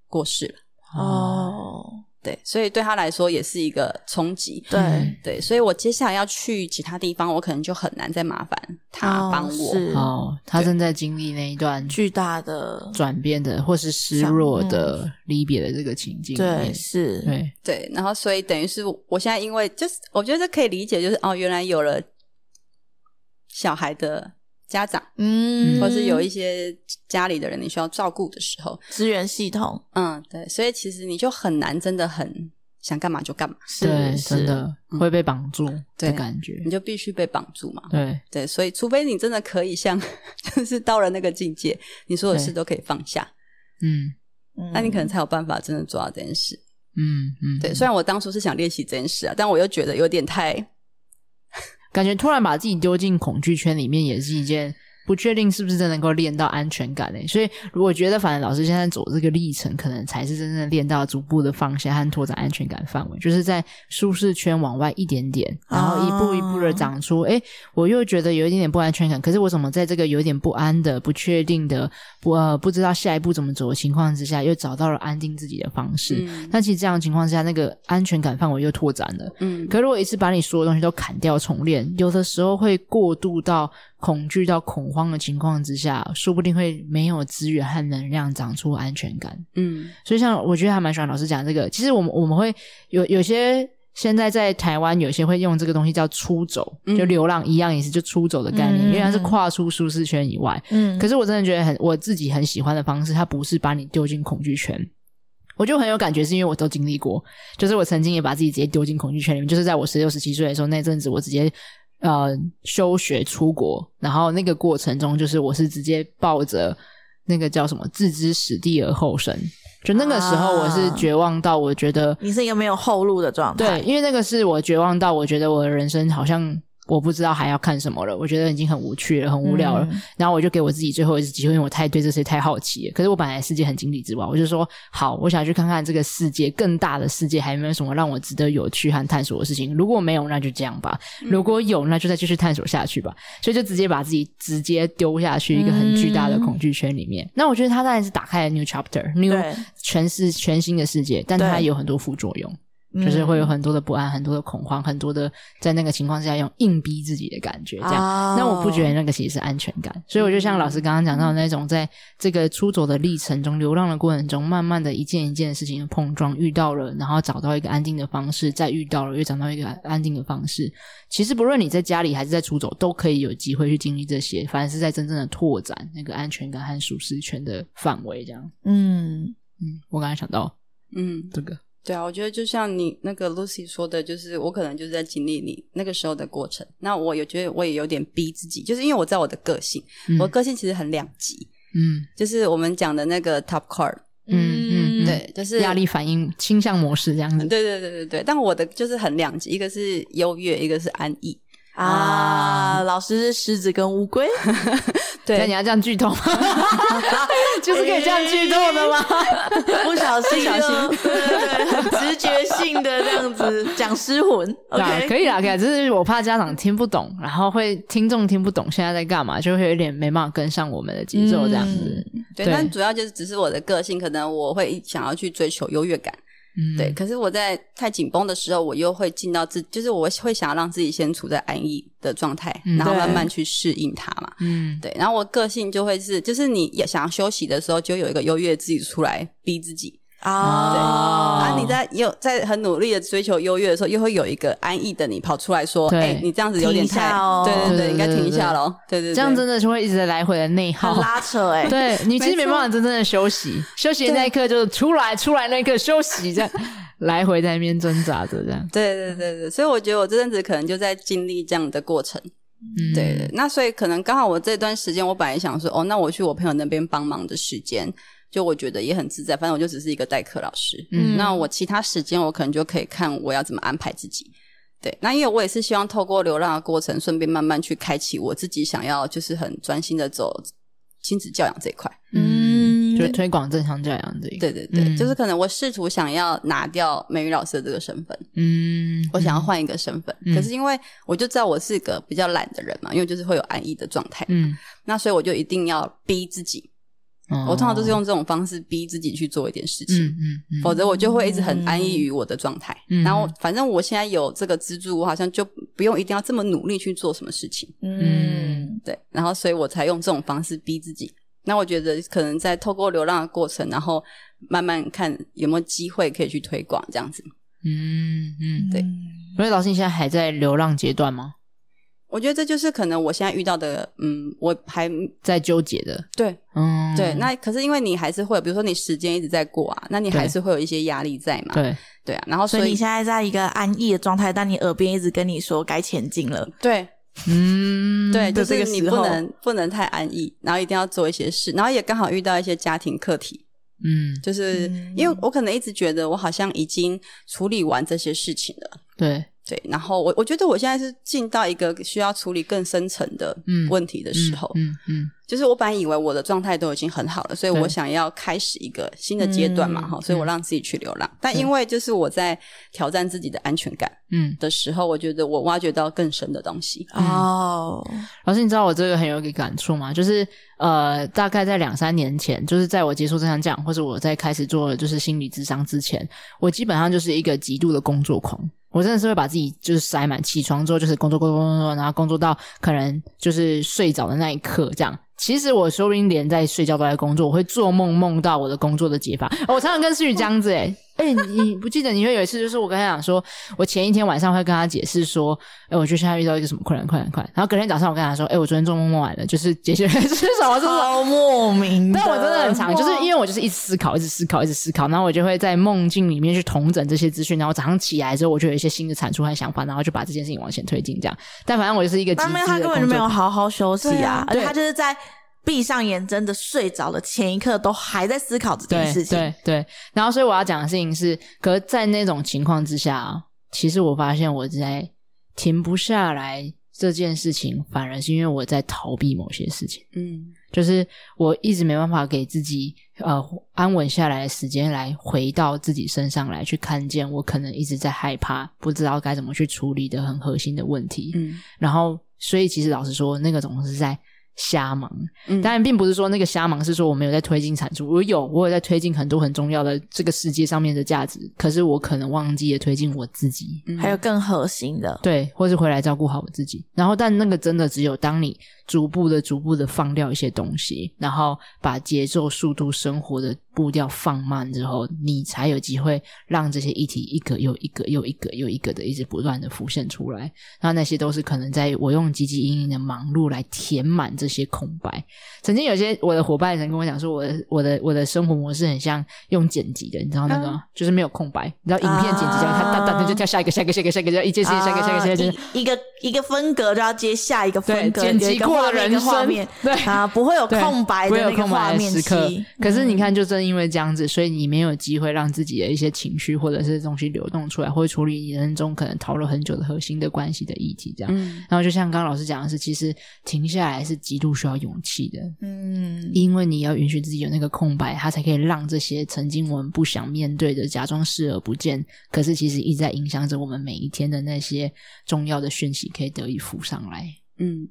Speaker 3: 过世了，
Speaker 1: 哦，
Speaker 2: 哦，
Speaker 3: 对，所以对她来说也是一个冲击。
Speaker 1: 嗯
Speaker 2: 对，哦
Speaker 3: 对，所以我接下来要去其他地方，我可能就很难再麻烦她
Speaker 2: 哦
Speaker 3: 帮我。
Speaker 2: 是
Speaker 1: 哦，他正在经历那一段
Speaker 2: 巨大的，
Speaker 1: 转变的，或是失落的、离别的这个情境里
Speaker 2: 嗯对，
Speaker 1: 面，
Speaker 2: 是，
Speaker 1: 对，
Speaker 3: 对，然后所以等于是我我现在因为就是我觉得这可以理解，就是哦，原来有了小孩的家长，
Speaker 2: 嗯，
Speaker 3: 或是有一些家里的人你需要照顾的时候，
Speaker 2: 资源系统，
Speaker 3: 嗯，对，所以其实你就很难真的很想干嘛就干嘛，
Speaker 1: 对，
Speaker 2: 是
Speaker 1: 真
Speaker 2: 是，
Speaker 1: 的
Speaker 3: 嗯
Speaker 1: 会被绑住的
Speaker 3: 对
Speaker 1: 感觉
Speaker 3: 你，就必须被绑住嘛。
Speaker 1: 对，
Speaker 3: 对，所以除非你真的可以像，就是到了那个境界，你所有
Speaker 1: 对
Speaker 3: 事都可以放下，
Speaker 1: 嗯
Speaker 2: 那
Speaker 3: 那你可能才有办法真的做到这件事。
Speaker 1: 嗯嗯，
Speaker 3: 对，虽然我当初是想练习这件事啊，但我又觉得有点太
Speaker 1: 嗯感觉突然把自己丢进恐惧圈里面，也是一件不确定是不是真能够练到安全感诶、所以，如果觉得反正老师现在走这个历程，可能才是真正练到逐步的放下和拓展安全感范围，就是在舒适圈往外一点点，然后一步一步的长出。诶、我又觉得有一点点不安全感，可是我怎么在这个有点不安的、不确定的、不呃不知道下一步怎么走的情况之下，又找到了安定自己的方式？
Speaker 3: 嗯
Speaker 1: 但其实这样的情况之下，那个安全感范围又拓展了。
Speaker 3: 嗯
Speaker 1: 可如果一次把你所有东西都砍掉重练，有的时候会过度到恐惧到恐慌的情况之下，说不定会没有资源和能量长出安全感。
Speaker 3: 嗯
Speaker 1: 所以，像我觉得还蛮喜欢老师讲这个。其实我们我们会有有些现在在台湾有些会用这个东西叫出走，
Speaker 3: 嗯
Speaker 1: 就流浪一样也是就出走的概念，
Speaker 2: 嗯
Speaker 1: 因为它是跨出舒适圈以外。
Speaker 2: 嗯，
Speaker 1: 可是我真的觉得很我自己很喜欢的方式，它不是把你丢进恐惧圈。我就很有感觉，是因为我都经历过，就是我曾经也把自己直接丢进恐惧圈里面，就是在我十六十七岁的时候那阵子，我直接呃休学出国，然后那个过程中，就是我是直接抱着那个叫什么置之死地而后生，就那个时候我是
Speaker 2: 啊
Speaker 1: 绝望到我觉得
Speaker 2: 你是一个没有后路的状态，
Speaker 1: 对，因为那个是我绝望到我觉得我的人生好像我不知道还要看什么了，我觉得已经很无趣了，很无聊了。
Speaker 2: 嗯
Speaker 1: 然后我就给我自己最后一次机会，因为我太对这些太好奇了。可是我本来世界很井底之蛙，我就说好，我想去看看这个世界更大的世界，还有没有什么让我值得有趣和探索的事情？如果没有，那就这样吧；如果有，那就再继续探索下去吧。所以就直接把自己直接丢下去一个很巨大的恐惧圈里面。那我觉得它当然是打开了 new chapter，new
Speaker 2: 对
Speaker 1: 全是全新的世界，但它
Speaker 2: 对
Speaker 1: 有很多副作用。
Speaker 2: 嗯
Speaker 1: 就是会有很多的不安、很多的恐慌、很多的在那个情况下用硬逼自己的感觉，这样。
Speaker 2: 哦
Speaker 1: 那我不觉得那个其实是安全感，所以我就像老师刚刚讲到的那种，在这个出走的历程中、流浪的过程中，慢慢的一件一件事情的碰撞，遇到了，然后找到一个安定的方式，再遇到了，又找到一个安定的方式。其实不论你在家里还是在出走，都可以有机会去经历这些，反而是在真正的拓展那个安全感和舒适圈的范围。这样，
Speaker 2: 嗯，
Speaker 1: 嗯，我刚才想到
Speaker 3: 嗯，
Speaker 1: 这个，
Speaker 3: 对啊，我觉得就像你那个 Lucy 说的，就是我可能就是在经历你那个时候的过程。那我也觉得我也有点逼自己，就是因为我知道我的个性，
Speaker 1: 嗯
Speaker 3: 我的个性其实很两极，
Speaker 1: 嗯
Speaker 3: 就是我们讲的那个 top card，、
Speaker 1: 嗯嗯嗯
Speaker 3: 对，就是
Speaker 1: 压力反应倾向模式这样子。
Speaker 3: 嗯对对对对对，但我的就是很两极，一个是优越，一个是安逸。
Speaker 2: 啊，老师是狮子跟乌龟，
Speaker 1: 那你
Speaker 3: 对，
Speaker 1: 要这样剧透吗？ 就是可以这样剧透的吗？
Speaker 2: 不小心，哦
Speaker 3: 不小心，
Speaker 2: 对对对，很直觉性的这样 子讲失魂
Speaker 1: 对啊，
Speaker 2: ，OK，
Speaker 1: 可以啦，可以啦，只是我怕家长听不懂，然后会听众听不懂现在在干嘛，就会有点没办法跟上我们的节奏这样子。
Speaker 3: 对，
Speaker 1: 对
Speaker 3: 但主要就是只是我的个性，可能我会想要去追求优越感。
Speaker 1: 嗯，
Speaker 3: 对，，可是我在太紧绷的时候，我又会进到自，就是我会想要让自己先处在安逸的状态，
Speaker 1: 嗯
Speaker 3: 然后
Speaker 2: 对
Speaker 3: 慢慢去适应它嘛。
Speaker 1: 嗯，
Speaker 3: 对，然后我个性就会是，就是你也想要休息的时候，就有一个优越自己出来逼自己。
Speaker 2: 啊
Speaker 3: 对，
Speaker 1: 哦
Speaker 3: 啊然后你在有在很努力的追求优越的时候，又会有一个安逸的你跑出来说：“
Speaker 1: 对
Speaker 3: 哎、你这样子有
Speaker 2: 停
Speaker 3: 点
Speaker 2: 一下
Speaker 3: 太……
Speaker 2: 哦
Speaker 3: 对
Speaker 1: 对
Speaker 3: 对
Speaker 1: 对
Speaker 3: 对，应该
Speaker 1: 对
Speaker 3: 停一
Speaker 1: 对
Speaker 3: 下喽。”对对对，
Speaker 1: 这样真的就会一直在来回的内耗
Speaker 2: 很。拉扯哎，
Speaker 1: 对你其实
Speaker 3: 没
Speaker 1: 没
Speaker 3: 错
Speaker 1: 办法真正的休息，休息的那一刻就是出来，出来那一刻休息，这样来回在那边挣扎着这样。
Speaker 3: 对对对对，所以我觉得我这阵子可能就在经历这样的过程。
Speaker 1: 嗯，
Speaker 3: 对对，那所以可能刚好我这段时间，我本来想说，哦，那我去我朋友那边帮忙的时间，就我觉得也很自在，反正我就只是一个代课老师。
Speaker 1: 嗯
Speaker 3: 那我其他时间我可能就可以看我要怎么安排自己。对，那因为我也是希望透过流浪的过程，顺便慢慢去开启我自己想要，就是很专心的走亲子教养这一块。
Speaker 1: 嗯，就
Speaker 2: 对
Speaker 1: 推广正向教养这一个，
Speaker 3: 对对对，
Speaker 1: 嗯
Speaker 3: 就是可能我试图想要拿掉美语老师的这个身份，
Speaker 1: 嗯，
Speaker 3: 我想要换一个身份，
Speaker 1: 嗯
Speaker 3: 可是因为我就知道我是个比较懒的人嘛，因为就是会有安逸的状态，
Speaker 1: 嗯，
Speaker 3: 那所以我就一定要逼自己，
Speaker 1: 嗯，
Speaker 3: 我通常都是
Speaker 1: 哦
Speaker 3: 用这种方式逼自己去做一点事情，
Speaker 1: 嗯嗯嗯，
Speaker 3: 否则我就会一直很安逸于我的状态。
Speaker 1: 嗯
Speaker 3: 然后反正我现在有这个资助，我好像就不用一定要这么努力去做什么事情，
Speaker 1: 嗯
Speaker 2: 嗯，
Speaker 3: 对，然后所以我才用这种方式逼自己。那我觉得可能在透过流浪的过程，然后慢慢看有没有机会可以去推广这样子。
Speaker 1: 嗯嗯，
Speaker 3: 对
Speaker 1: 所以老师，你现在还在流浪阶段吗？
Speaker 3: 我觉得这就是可能我现在遇到的，嗯，我还
Speaker 1: 在纠结的，
Speaker 3: 对
Speaker 1: 嗯，
Speaker 3: 对，那可是因为你还是会，比如说你时间一直在过啊，那你还
Speaker 1: 对
Speaker 3: 是会有一些压力在嘛，
Speaker 1: 对，
Speaker 3: 对啊，然后
Speaker 2: 哦所
Speaker 3: 所
Speaker 2: 以你
Speaker 3: 以
Speaker 2: 现在在一个安逸的状态，但你耳边一直跟你说该前进了，
Speaker 3: 对
Speaker 1: 嗯，
Speaker 3: 对，就
Speaker 2: 的这
Speaker 3: 是
Speaker 2: 个
Speaker 3: 你
Speaker 2: 时
Speaker 3: 不
Speaker 2: 候
Speaker 3: 能不能太安逸，然后一定要做一些事，然后也刚好遇到一些家庭课题，
Speaker 1: 嗯，
Speaker 3: 就是、
Speaker 2: 嗯
Speaker 3: 因为我可能一直觉得我好像已经处理完这些事情了。
Speaker 1: 对，嗯
Speaker 3: 对，然后我我觉得我现在是进到一个需要处理更深层的
Speaker 1: 嗯
Speaker 3: 问题的
Speaker 1: 的
Speaker 3: 时候，
Speaker 1: 嗯嗯
Speaker 3: 就是我本来以为我的状态都已经很好了，所以
Speaker 1: 对
Speaker 3: 我想要开始一个新的阶段嘛，
Speaker 2: 嗯
Speaker 3: 哈、所以我让自己去流浪。但因为就是我在挑战自己的安全感
Speaker 1: 嗯，
Speaker 3: 的时候，我觉得我挖掘到更深的东西。
Speaker 2: 哦，
Speaker 1: 老师，你知道我这个很有一个感触吗？就是呃，大概在两三年前，就是在我接触正向讲，或者我在开始做就是心理智商之前，我基本上就是一个极度的工作狂。我真的是会把自己就是塞满，起床之后就是工作工作工作工作，然后工作到可能就是睡着的那一刻这样。其实我说不定连在睡觉都在工作，我会做梦梦到我的工作的解法。哦、我常常跟思雨这样子、欸，诶、你你不记得？你会有一次就是我跟他讲说，我前一天晚上会跟他解释说，哎、我就现在遇到一个什么困难困难困难。然后隔天早上我跟他说，哎、我昨天做梦梦完了，就是解决 是什么是什么。
Speaker 2: 超莫名的，
Speaker 1: 但我真的很常，就是因为我就是一直思考，一直思考，一直思考，然后我就会在梦境里面去统整这些资讯，然后早上起来之后，我就有一些新的产出和想法，然后就把这件事情往前推进，这样。但反正我就是一个极
Speaker 2: 他
Speaker 1: 致
Speaker 2: 们
Speaker 1: 的
Speaker 2: 他根本就
Speaker 1: 工
Speaker 2: 没
Speaker 1: 作
Speaker 2: 有
Speaker 1: 狂
Speaker 2: 好好休息
Speaker 3: 对
Speaker 2: 啊
Speaker 3: 啊，
Speaker 2: 而且
Speaker 1: 对
Speaker 2: 他就是在闭上眼真的睡着的前一刻，都还在思考这件
Speaker 1: 对
Speaker 2: 事情。
Speaker 1: 对对，然后所以我要讲的事情是，可是在那种情况之下、啊，其实我发现我在停不下来这件事情，反而是因为我在逃避某些事情。
Speaker 3: 嗯
Speaker 1: 就是我一直没办法给自己呃安稳下来的时间，来回到自己身上来去看见我可能一直在害怕，不知道该怎么去处理的很核心的问题。
Speaker 3: 嗯
Speaker 1: 然后，所以其实老实说，那个总是在瞎忙。
Speaker 3: 嗯
Speaker 1: 当然，并不是说那个瞎忙是说我没有在推进产出，我有，我有在推进很多很重要的这个世界上面的价值，可是我可能忘记了推进我自己，
Speaker 3: 嗯
Speaker 2: 还有更核心的，
Speaker 1: 对，或是回来照顾好我自己。然后，但那个真的只有当你逐步的、逐步的放掉一些东西，然后把节奏、速度、生活的步调放慢之后，你才有机会让这些议题一个又一个、又一个又一个的一直不断的浮现出来。然后那些都是可能在我用汲汲营营的忙碌来填满这些空白。曾经有些我的伙伴曾跟我讲说，我的我的我的生活模式很像用剪辑的，你知道那个、吗？就是没有空白，你知道影片剪辑这样，它哒哒哒就跳下一个下一个下一个下一个，就一件事情下一个下一个下一个，就是
Speaker 2: 啊一一个一个分隔就要接下一个
Speaker 1: 对
Speaker 2: 分隔，
Speaker 1: 剪
Speaker 2: 有一
Speaker 1: 辑
Speaker 2: 个
Speaker 1: 过
Speaker 2: 画
Speaker 1: 的
Speaker 2: 面一
Speaker 1: 人
Speaker 2: 个画
Speaker 1: 生
Speaker 2: 面，
Speaker 1: 对
Speaker 2: 啊，不会有
Speaker 1: 对
Speaker 2: 空白
Speaker 1: 不会
Speaker 2: 的
Speaker 1: 有
Speaker 2: 那个
Speaker 1: 空白
Speaker 2: 画
Speaker 1: 的
Speaker 2: 面
Speaker 1: 时刻
Speaker 2: 期。
Speaker 1: 可是你看，就正因为这样子，所以你没有机会让自己的一些情绪或者是东西流动出来，或者处理你人生中可能讨论很久的核心的关系的议题。这样，
Speaker 3: 嗯
Speaker 1: 然后就像刚刚老师讲的是，其实停下来是极度需要勇气的，
Speaker 2: 嗯，
Speaker 1: 因为你要允许自己有那个空白，它才可以让这些曾经我们不想面对的、假装视而不见，可是其实一直在影响着我们每一天的那些重要的讯息，可以得以浮上来。
Speaker 3: 嗯，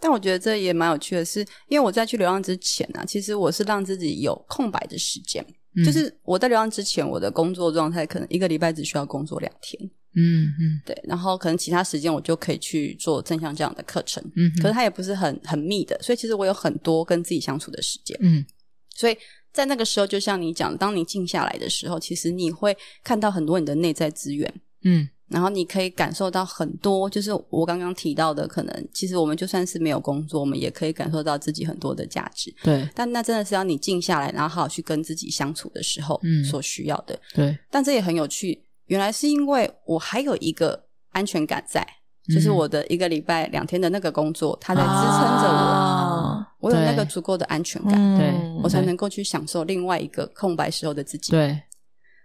Speaker 3: 但我觉得这也蛮有趣的是，因为我在去流浪之前啊，其实我是让自己有空白的时间，
Speaker 1: 嗯
Speaker 3: 就是我在流浪之前，我的工作状态可能一个礼拜只需要工作两天，
Speaker 1: 嗯嗯
Speaker 3: 对，然后可能其他时间我就可以去做正向这样的课程，
Speaker 1: 嗯，
Speaker 3: 可是它也不是很很密的，所以其实我有很多跟自己相处的时间，
Speaker 1: 嗯
Speaker 3: 所以。在那个时候，就像你讲，当你静下来的时候，其实你会看到很多你的内在资源，
Speaker 1: 嗯
Speaker 3: 然后你可以感受到很多，就是我刚刚提到的，可能其实我们就算是没有工作，我们也可以感受到自己很多的价值。
Speaker 1: 对
Speaker 3: 但那真的是要你静下来，然后好好去跟自己相处的时候，
Speaker 1: 嗯
Speaker 3: 所需要的。
Speaker 1: 对，
Speaker 3: 但这也很有趣，原来是因为我还有一个安全感在，就是
Speaker 1: 嗯
Speaker 3: 我的一个礼拜两天的那个工作，它在支撑着
Speaker 2: 啊
Speaker 3: 我，我有那个
Speaker 1: 对
Speaker 3: 足够的安全感，
Speaker 1: 嗯
Speaker 2: 嗯，
Speaker 1: 啊对
Speaker 3: 我才能够去享受另外一个空白时候的自己。，
Speaker 1: 对，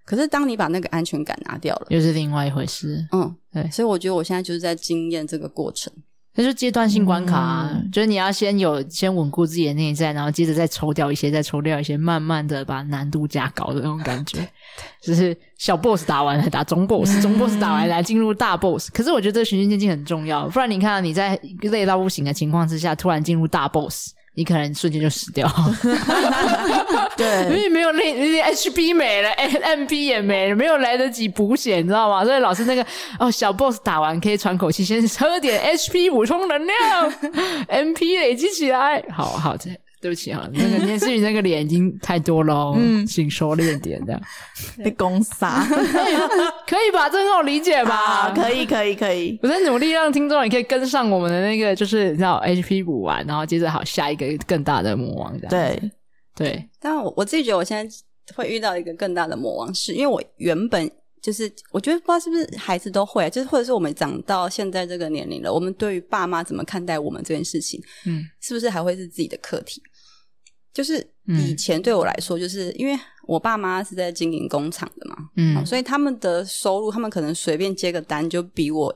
Speaker 3: 可是当你把那个安全感拿掉了。
Speaker 1: 又是另外一回事。
Speaker 3: 嗯，
Speaker 1: 对
Speaker 3: 所以我觉得我现在就是在经验这个过程。
Speaker 1: 那就阶段性关卡、啊，
Speaker 2: 嗯
Speaker 1: 就是你要先有先稳固自己的内在，然后接着再抽掉一些，再抽掉一些，慢慢的把难度加高的那种感觉。就是小 boss 打完了打中 boss，中 boss 打完来进入大 boss。可是我觉得这个循序渐进很重要，不然你看啊、你在累到不行的情况之下，突然进入大 boss。你可能瞬间就死掉，因
Speaker 2: 对，
Speaker 1: 为没有那那 HB 没了，MB 也没了，没有来得及补血，你知道吗？所以老师那个哦，小 boss 打完可以喘口气，先喝点 HP 补充能量，MP 累积起来。好好，这对不起啊，那个年思雨那个脸已经太多喽，嗯，
Speaker 2: 嗯
Speaker 1: 请收敛点 的，
Speaker 2: 被攻 杀
Speaker 1: 可以吧？这很好理解吧？
Speaker 2: 啊，可以可以可以，
Speaker 1: 我在努力让听众也可以跟上我们的那个，就是你知道 HP 补完，然后接着好下一个更大的魔王这样。
Speaker 2: 对，
Speaker 1: 对，
Speaker 3: 但我我自己觉得我现在会遇到一个更大的魔王是，因为我原本就是我觉得不知道是不是孩子都会、啊，就是或者是我们长到现在这个年龄了，我们对于爸妈怎么看待我们这件事情，
Speaker 1: 嗯
Speaker 3: 是不是还会是自己的课题？就是
Speaker 1: 嗯
Speaker 3: 以前对我来说，就是因为我爸妈是在经营工厂的嘛，哦
Speaker 1: 嗯
Speaker 3: 所以他们的收入，他们可能随便接个单就比我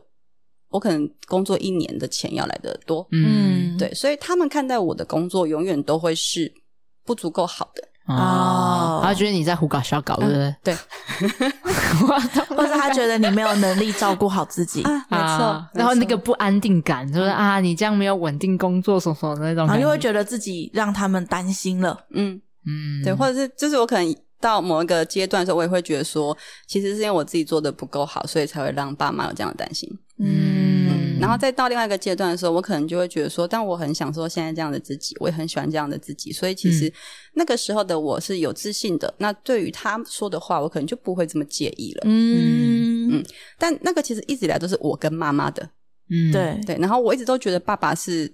Speaker 3: 我可能工作一年的钱要来的多，
Speaker 1: 嗯
Speaker 3: 对，所以他们看待我的工作永远都会是不足够好的。
Speaker 1: 哦
Speaker 2: 哦，
Speaker 1: 他觉得你在胡搞瞎搞，对不对？
Speaker 3: 对
Speaker 2: 或者他觉得你没有能力照顾好自己，
Speaker 3: 啊，没
Speaker 1: 啊
Speaker 3: 错。
Speaker 1: 然后那
Speaker 3: 没错
Speaker 1: 个不安定感，就是啊，你这样没有稳定工作什么什么的那种
Speaker 2: 然
Speaker 1: 感
Speaker 2: 后
Speaker 1: 觉，
Speaker 2: 又会觉得自己让他们担心了，
Speaker 3: 嗯，
Speaker 1: 嗯，
Speaker 3: 对，或者是就是我可能到某一个阶段的时候，我也会觉得说，其实是因为我自己做的不够好，所以才会让爸妈有这样的担心。
Speaker 1: 嗯
Speaker 3: 然后再到另外一个阶段的时候，我可能就会觉得说，但我很享受现在这样的自己，我也很喜欢这样的自己，所以其实那个时候的我是有自信的。那对于他说的话，我可能就不会这么介意了。
Speaker 2: 嗯，
Speaker 3: 但那个其实一直以来都是我跟妈妈的，
Speaker 1: 嗯，
Speaker 2: 对，
Speaker 3: 对，然后我一直都觉得爸爸是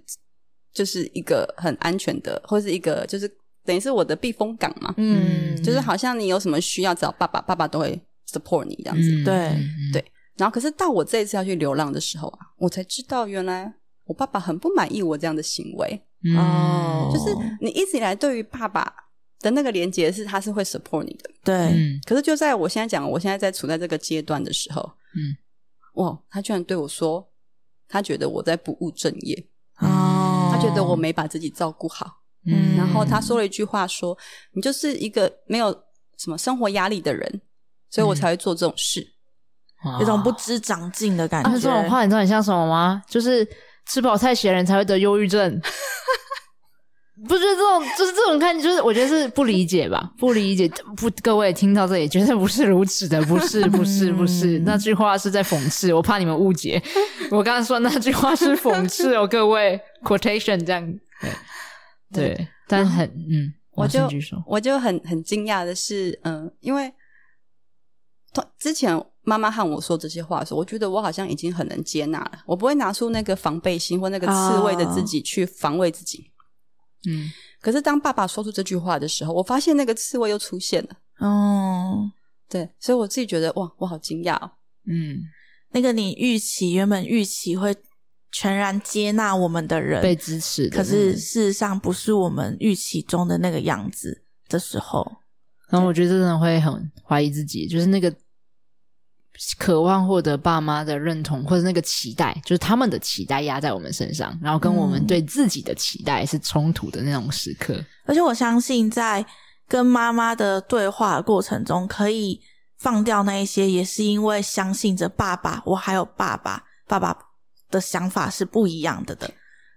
Speaker 3: 就是一个很安全的，或是一个就是等于是我的避风港嘛，
Speaker 2: 嗯，
Speaker 3: 就是好像你有什么需要找爸爸，爸爸都会 support 你这样子。
Speaker 1: 嗯，
Speaker 2: 对
Speaker 1: 嗯
Speaker 3: 对然后可是到我这一次要去流浪的时候啊，我才知道原来我爸爸很不满意我这样的行为，
Speaker 1: 嗯
Speaker 2: 哦
Speaker 3: 就是你一直以来对于爸爸。的那个连接是他是会 support 你的，
Speaker 2: 对，
Speaker 1: 嗯
Speaker 3: 可是就在我现在讲，我现在在处在这个阶段的时候，
Speaker 1: 嗯，
Speaker 3: 哇，他居然对我说，他觉得我在不务正业，
Speaker 2: 哦，
Speaker 3: 他觉得我没把自己照顾好，
Speaker 1: 嗯，
Speaker 3: 然后他说了一句话说：“你就是一个没有什么生活压力的
Speaker 1: 嗯
Speaker 3: 人，所以我才会做这种事。
Speaker 2: 有种不知长进的感
Speaker 1: 啊
Speaker 2: 觉，
Speaker 1: 这种话，你知道很像什么吗？就是吃饱太闲人才会得忧郁症。不是这种，就是这种看，就是我觉得是不理解吧， 不理解不，各位听到这里绝对不是如此的，不 是，不是，
Speaker 2: 嗯
Speaker 1: 不是，那句话是在讽刺，我怕你们误解，我刚才说那句话是讽刺 哦，各位 quotation 这样，对，对但很嗯，
Speaker 3: 我就
Speaker 1: 马上举手
Speaker 3: 我就很很惊讶的是，嗯，因为通之前妈妈和我说这些话的时候，我觉得我好像已经很能接纳了，我不会拿出那个防备心或那个刺猬的
Speaker 1: 啊
Speaker 3: 自己去防卫自己。
Speaker 1: 嗯，
Speaker 3: 可是当爸爸说出这句话的时候，我发现那个刺猬又出现了。
Speaker 2: 哦，
Speaker 3: 对，所以我自己觉得哇，我好惊讶哦。
Speaker 1: 嗯，
Speaker 2: 那个你预期原本预期会全然接纳我们的人，
Speaker 1: 被支持的
Speaker 2: 可
Speaker 1: 那种，
Speaker 2: 是事实上不是我们预期中的那个样子的时候，
Speaker 1: 然后我觉得真的会很怀疑自己，就是那个渴望获得爸妈的认同，或者那个期待，就是他们的期待压在我们身上，然后跟我们
Speaker 2: 嗯
Speaker 1: 对自己的期待是冲突的那种时刻。
Speaker 3: 嗯
Speaker 2: 而且我相信在跟妈妈的对话的过程中，可以放掉那一些，也是因为相信着爸爸，我还有爸爸，爸爸的想法是不一样的的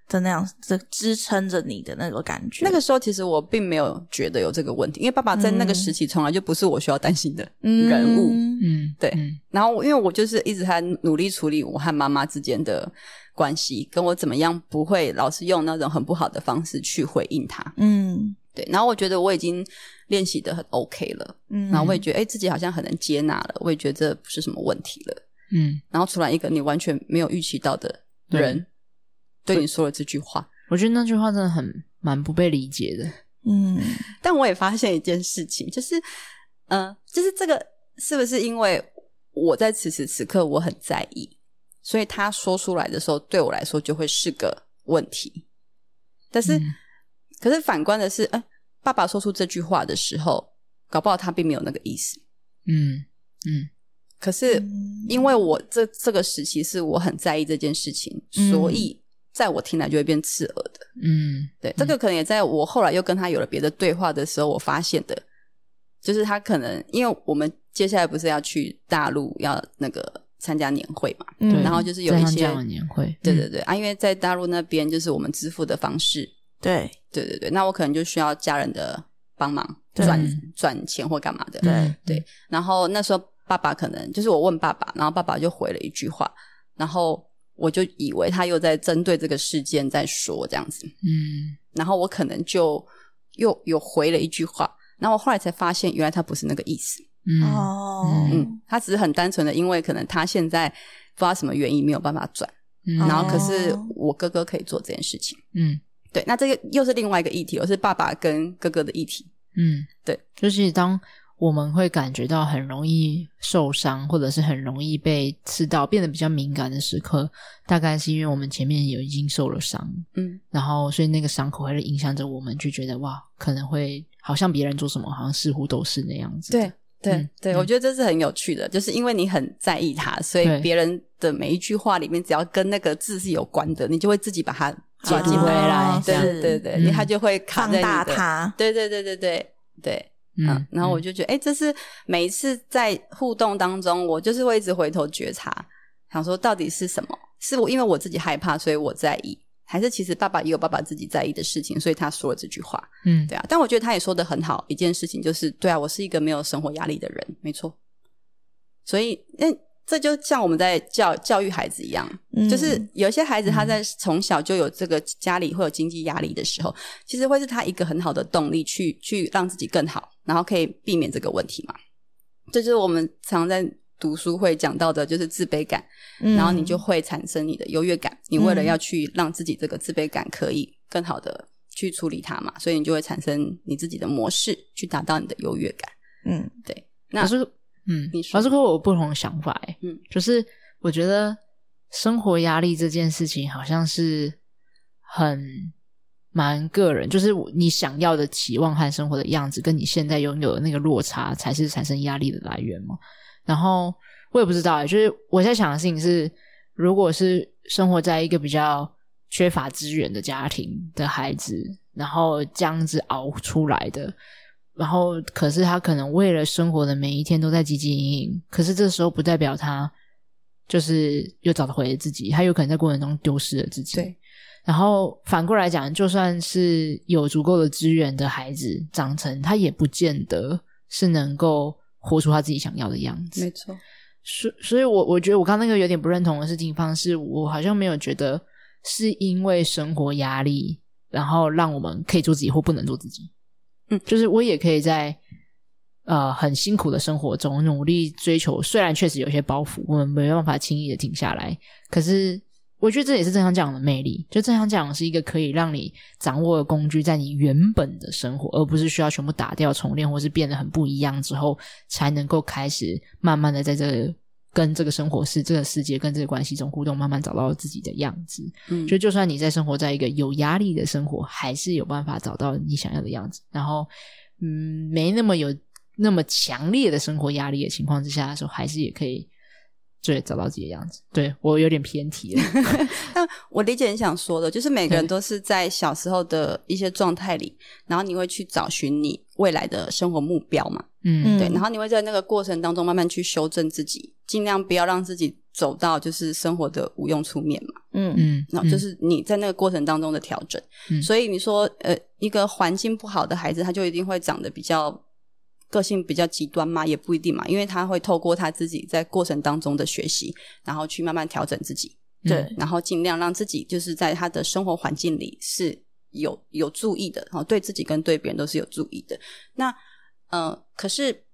Speaker 2: 的那样这支撑着你的那个感觉。
Speaker 3: 那个时候其实我并没有觉得有这个问题，因为爸爸在那个时期从来就不是我需要担心的人物。
Speaker 2: 嗯
Speaker 1: 嗯，
Speaker 3: 对
Speaker 1: 嗯
Speaker 3: 然后我因为我就是一直还努力处理我和妈妈之间的关系，跟我怎么样不会老是用那种很不好的方式去回应她。
Speaker 2: 嗯
Speaker 3: 对，然后我觉得我已经练习的很 OK 了，
Speaker 2: 嗯，
Speaker 3: 然后我也觉得哎、诶自己好像很能接纳了，我也觉得这不是什么问题了。
Speaker 1: 嗯，
Speaker 3: 然后突然一个你完全没有预期到的人对你说了这句话，
Speaker 1: 我觉得那句话真的很蛮不被理解的。
Speaker 2: 嗯
Speaker 3: 但我也发现一件事情，就是，嗯、就是这个是不是因为我在此时此刻我很在意，所以他说出来的时候对我来说就会是个问题。但是，
Speaker 1: 嗯
Speaker 3: 可是反观的是，哎、爸爸说出这句话的时候，搞不好他并没有那个意思。
Speaker 1: 嗯，
Speaker 3: 可是
Speaker 2: 嗯
Speaker 3: 因为我这这个时期是我很在意这件事情，
Speaker 2: 嗯
Speaker 3: 所以在我听来就会变刺耳的。
Speaker 1: 嗯，
Speaker 3: 对，这个可能也在我后来又跟他有了别的对话的时候，我发现的，就是他可能因为我们接下来不是要去大陆要那个参加年会嘛，
Speaker 1: 对
Speaker 2: 嗯，
Speaker 3: 然后就是有
Speaker 1: 在
Speaker 3: 一
Speaker 1: 他们
Speaker 3: 些
Speaker 1: 家的年会，
Speaker 3: 对
Speaker 1: 嗯
Speaker 3: 对对、啊，因为在大陆那边就是我们支付的方式，
Speaker 2: 对
Speaker 3: 对对对，那我可能就需要家人的帮忙
Speaker 2: 对
Speaker 3: 转转钱或干嘛的，
Speaker 2: 对
Speaker 3: 对，然后那时候爸爸可能就是我问爸爸，然后爸爸就回了一句话，然后我就以为他又在针对这个事件在说这样子，
Speaker 1: 嗯
Speaker 3: 然后我可能就又有回了一句话，然后我后来才发现，原来他不是那个意思，
Speaker 1: 嗯嗯
Speaker 2: 哦，
Speaker 3: 嗯，他只是很单纯的，因为可能他现在不知道什么原因没有办法转，
Speaker 1: 嗯，
Speaker 3: 然后
Speaker 2: 哦
Speaker 3: 可是我哥哥可以做这件事情，
Speaker 1: 嗯
Speaker 3: 对，那这个又是另外一个议题，我是爸爸跟哥哥的议题，
Speaker 1: 嗯，
Speaker 3: 对，
Speaker 1: 就是当我们会感觉到很容易受伤，或者是很容易被刺到，变得比较敏感的时刻，大概是因为我们前面有已经受了伤，
Speaker 3: 嗯，
Speaker 1: 然后所以那个伤口会影响着我们，就觉得哇，可能会好像别人做什么，好像似乎都是那样子的。
Speaker 3: 对。对、
Speaker 1: 嗯
Speaker 3: 对，
Speaker 1: 嗯
Speaker 3: 我觉得这是很有趣的，就是因为你很在意他，所以
Speaker 1: 对
Speaker 3: 别人的每一句话里面，只要跟那个字是有关的，你就会自己把它解
Speaker 1: 解
Speaker 3: 读
Speaker 1: 读回来
Speaker 3: 嗯对
Speaker 1: 这样
Speaker 3: 对对对，
Speaker 1: 嗯
Speaker 3: 你他就会卡
Speaker 2: 哦放
Speaker 3: 在你
Speaker 2: 大
Speaker 3: 的
Speaker 2: 它，
Speaker 3: 对对对对对对，
Speaker 1: 嗯，
Speaker 3: 嗯，然后我就觉得，哎、这是每一次在互动当中，我就是会一直回头觉察，想说到底是什么？是我因为我自己害怕，所以我在意，还是其实爸爸也有爸爸自己在意的事情，所以他说了这句话，
Speaker 1: 嗯，
Speaker 3: 对啊。但我觉得他也说的很好，一件事情就是，对啊，我是一个没有生活压力的人，没错。所以，那这就像我们在教教育孩子一样，
Speaker 2: 嗯
Speaker 3: 就是有些孩子他在从小就有这个家里会有经济压力的时候，其实会是他一个很好的动力去去让自己更好，然后可以避免这个问题嘛。这就是我们常在读书会讲到的，就是自卑感，
Speaker 2: 嗯
Speaker 3: 然后你就会产生你的优越感。你为了要去让自己这个自卑感可以更好的去处理它嘛，所以你就会产生你自己的模式去达到你的优越感。
Speaker 2: 嗯
Speaker 3: 对，那
Speaker 1: 老师，嗯，
Speaker 3: 你说
Speaker 1: 老师跟我有不同的想法、欸，
Speaker 3: 嗯
Speaker 1: 就是我觉得生活压力这件事情好像是很蛮个人，就是你想要的期望和生活的样子，跟你现在拥有的那个落差，才是产生压力的来源嘛。然后我也不知道、欸，就是我在想的事情是，如果是生活在一个比较缺乏资源的家庭的孩子，然后这样子熬出来的，然后可是他可能为了生活的每一天都在汲汲营营，可是这时候不代表他就是又找回了自己，他有可能在过程中丢失了自己。
Speaker 3: 对，
Speaker 1: 然后反过来讲，就算是有足够的资源的孩子长成，他也不见得是能够活出他自己想要的样子。
Speaker 3: 没错，
Speaker 1: 所所以我，我觉得我刚刚那个有点不认同的事情方式，我好像没有觉得是因为生活压力，然后让我们可以做自己或不能做自己。
Speaker 3: 嗯
Speaker 1: 就是我也可以在呃很辛苦的生活中努力追求，虽然确实有些包袱，我们没办法轻易的停下来，可是。我觉得这也是正向教养的魅力，就正向教养是一个可以让你掌握的工具，在你原本的生活，而不是需要全部打掉重练，或是变得很不一样之后，才能够开始慢慢的在这个跟这个生活是这个世界跟这个关系中互动，慢慢找到自己的样子。
Speaker 3: 嗯，
Speaker 1: 就就算你在生活在一个有压力的生活，还是有办法找到你想要的样子。然后，嗯，没那么有那么强烈的生活压力的情况之下的时候，还是也可以对找到自己的样子。对我有点偏题 了，
Speaker 3: 但我理解你想说的，就是每个人都是在小时候的一些状态里，然后你会去找寻你未来的生活目标嘛？
Speaker 1: 嗯
Speaker 2: 嗯
Speaker 3: 对，然后你会在那个过程当中慢慢去修正自己，尽量不要让自己走到就是生活的无用处面嘛。
Speaker 2: 嗯
Speaker 1: 嗯，
Speaker 3: 那
Speaker 1: 嗯
Speaker 3: 就是你在那个过程当中的调整。
Speaker 1: 嗯
Speaker 3: 所以你说，呃，一个环境不好的孩子，他就一定会长得比较个性比较极端吗？也不一定嘛，因为他会透过他自己在过程当中的学习，然后去慢慢调整自己，
Speaker 1: 嗯
Speaker 2: 对
Speaker 3: 然后尽量让自己就是在他的生活环境里是有有注意的，然后对自己跟对别人都是有注意的。那呃，可是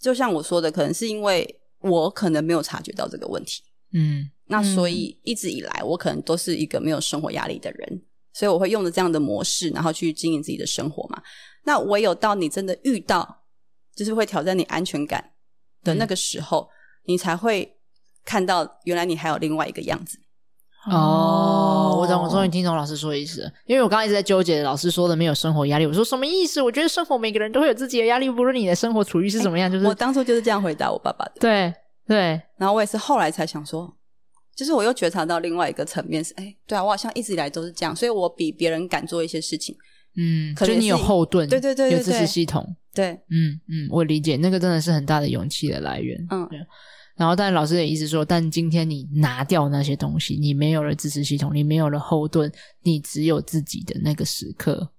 Speaker 3: 就像我说的，可能是因为我可能没有察觉到这个问题。
Speaker 1: 嗯
Speaker 3: 那所以一直以来，我可能都是一个没有生活压力的人，所以我会用着这样的模式，然后去经营自己的生活嘛。那唯有到你真的遇到，就是会挑战你安全感的那个时候，你才会看到原来你还有另外一个样子。
Speaker 1: 哦，我懂，我终于听懂老师说的意思了。因为我刚刚一直在纠结老师说的没有生活压力，我说什么意思？我觉得生活每个人都会有自己的压力，不论你的生活处于是怎么样，就是
Speaker 3: 哎我当初就是这样回答我爸爸的，
Speaker 1: 对对，
Speaker 3: 然后我也是后来才想说。就是我又觉察到另外一个层面是，哎、对啊，我好像一直以来都是这样，所以我比别人敢做一些事情。
Speaker 1: 嗯，
Speaker 3: 可
Speaker 1: 就
Speaker 3: 能
Speaker 1: 你有
Speaker 3: 是
Speaker 1: 后盾，
Speaker 3: 对对对对
Speaker 1: 有支持
Speaker 3: 对
Speaker 1: 系统，
Speaker 3: 对，
Speaker 1: 嗯嗯，我理解，那个真的是很大的勇气的来源。
Speaker 3: 嗯
Speaker 1: 对，然后但老师的意思说，但今天你拿掉那些东西，你没有了支持系统，你没有了后盾，你只有自己的那个时刻。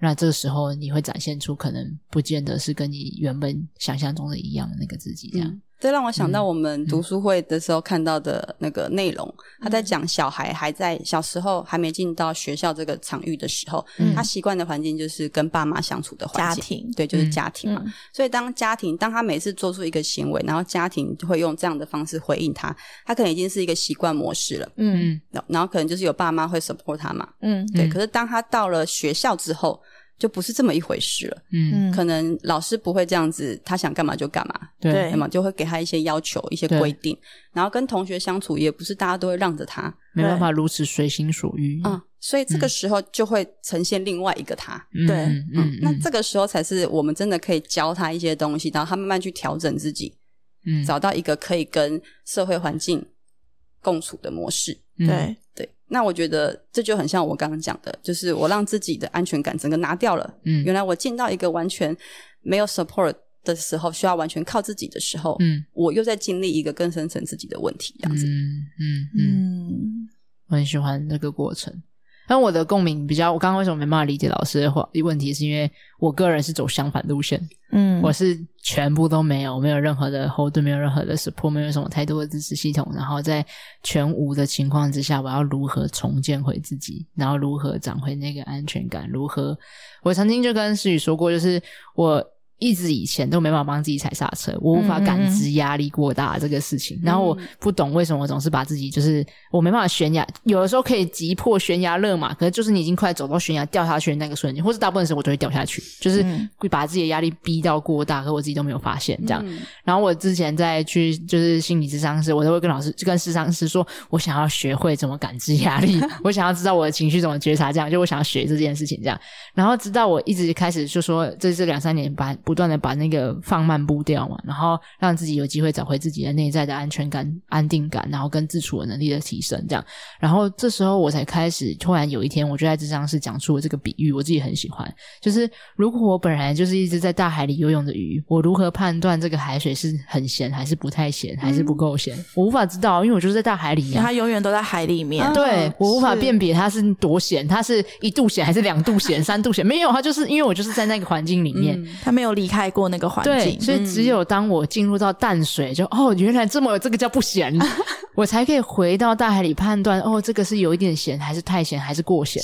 Speaker 1: 那这个时候，你会展现出可能不见得是跟你原本想象中的一样的那个自己，这样。
Speaker 3: 嗯，这让我想到我们读书会的时候看到的那个内容，他在讲小孩还在小时候还没进到学校这个场域的时候，
Speaker 1: 嗯
Speaker 3: 他习惯的环境就是跟爸妈相处的环
Speaker 2: 家
Speaker 3: 境。
Speaker 2: 庭，
Speaker 3: 对，就是家庭嘛。
Speaker 2: 嗯，
Speaker 3: 所以当家庭，当他每次做出一个行为，然后家庭就会用这样的方式回应他，他可能已经是一个习惯模式了。
Speaker 2: 嗯
Speaker 1: 嗯
Speaker 3: 然后然后可能就是有爸妈会 support 他嘛。
Speaker 2: 嗯
Speaker 3: 对，
Speaker 1: 嗯
Speaker 3: 可是当他到了学校之后，就不是这么一回事了。
Speaker 1: 嗯，
Speaker 2: 嗯，
Speaker 3: 可能老师不会这样子，他想干嘛就干嘛，
Speaker 1: 对
Speaker 2: 对
Speaker 3: 那么就会给他一些要求、一些
Speaker 1: 对
Speaker 3: 规定，然后跟同学相处也不是大家都会让着他，
Speaker 1: 没办法如此随心所欲。
Speaker 3: 嗯，所以这个时候就会呈现另外一个他，
Speaker 1: 嗯，
Speaker 2: 对
Speaker 1: 嗯
Speaker 3: 嗯，
Speaker 1: 嗯，
Speaker 3: 那这个时候才是我们真的可以教他一些东西，然后他慢慢去调整自己，
Speaker 1: 嗯
Speaker 3: 找到一个可以跟社会环境共处的模式。
Speaker 1: 嗯
Speaker 2: 对，
Speaker 3: 对，那我觉得这就很像我刚刚讲的，就是我让自己的安全感整个拿掉了，
Speaker 1: 嗯
Speaker 3: 原来我进到一个完全没有 support 的时候，需要完全靠自己的时候，
Speaker 1: 嗯
Speaker 3: 我又在经历一个更深层自己的问题，这样子。
Speaker 1: 嗯嗯嗯，
Speaker 2: 嗯
Speaker 1: 我很喜欢这个过程。但我的共鸣比较，我刚刚为什么没办法理解老师的话问题，是因为我个人是走相反路线，
Speaker 2: 嗯，
Speaker 1: 我是全部都没有，没有任何的后盾，没有任何的 support，没有什么太多的支持系统，然后在全无的情况之下，我要如何重建回自己，然后如何找回那个安全感，如何？我曾经就跟思雨说过，就是我。一直以前都没办法帮自己踩刹车，我无
Speaker 2: 嗯
Speaker 1: 法感知压力过大这个事情。然后我不懂为什么我总是把自己就是我没办法悬崖，有的时候可以急迫悬崖勒马，可是就是你已经快走到悬崖掉下去的那个瞬间，或是大部分时候我都会掉下去，就是
Speaker 2: 嗯
Speaker 1: 会把自己的压力逼到过大，可我自己都没有发现这样。
Speaker 3: 嗯
Speaker 1: 然后我之前在去就是心理咨商室，我都会跟老师、跟咨商师说，我想要学会怎么感知压力，我想要知道我的情绪怎么觉察，这样就我想要学这件事情这样。然后直到我一直开始就说，这是两三年把不断的把那个放慢步调嘛，然后让自己有机会找回自己的内在的安全感、安定感，然后跟自处的能力的提升，这样。然后这时候我才开始，突然有一天，我就在智商室讲出了这个比喻，我自己很喜欢。就是如果我本来就是一直在大海里游泳的鱼，我如何判断这个海水是很咸还是不太咸，还是不够咸？我无法知道，因为我就是在大海里
Speaker 2: 因为
Speaker 1: 呀、
Speaker 2: 它永远都在海里面。
Speaker 3: 啊
Speaker 1: 对
Speaker 3: 嗯
Speaker 1: 我无法
Speaker 3: 是
Speaker 1: 辨别它是多咸，它是一度咸还是两度 咸、三度咸？没有，它就是因为我就是在那个环境里面。
Speaker 3: 嗯
Speaker 2: 他没有离开过那个环
Speaker 1: 对，
Speaker 2: 境，嗯
Speaker 1: 所以只有当我进入到淡水，就哦，原来这么这个叫不 咸，我才可以回到大海里判断，哦，这个是有一点咸，还是太咸，还是过咸。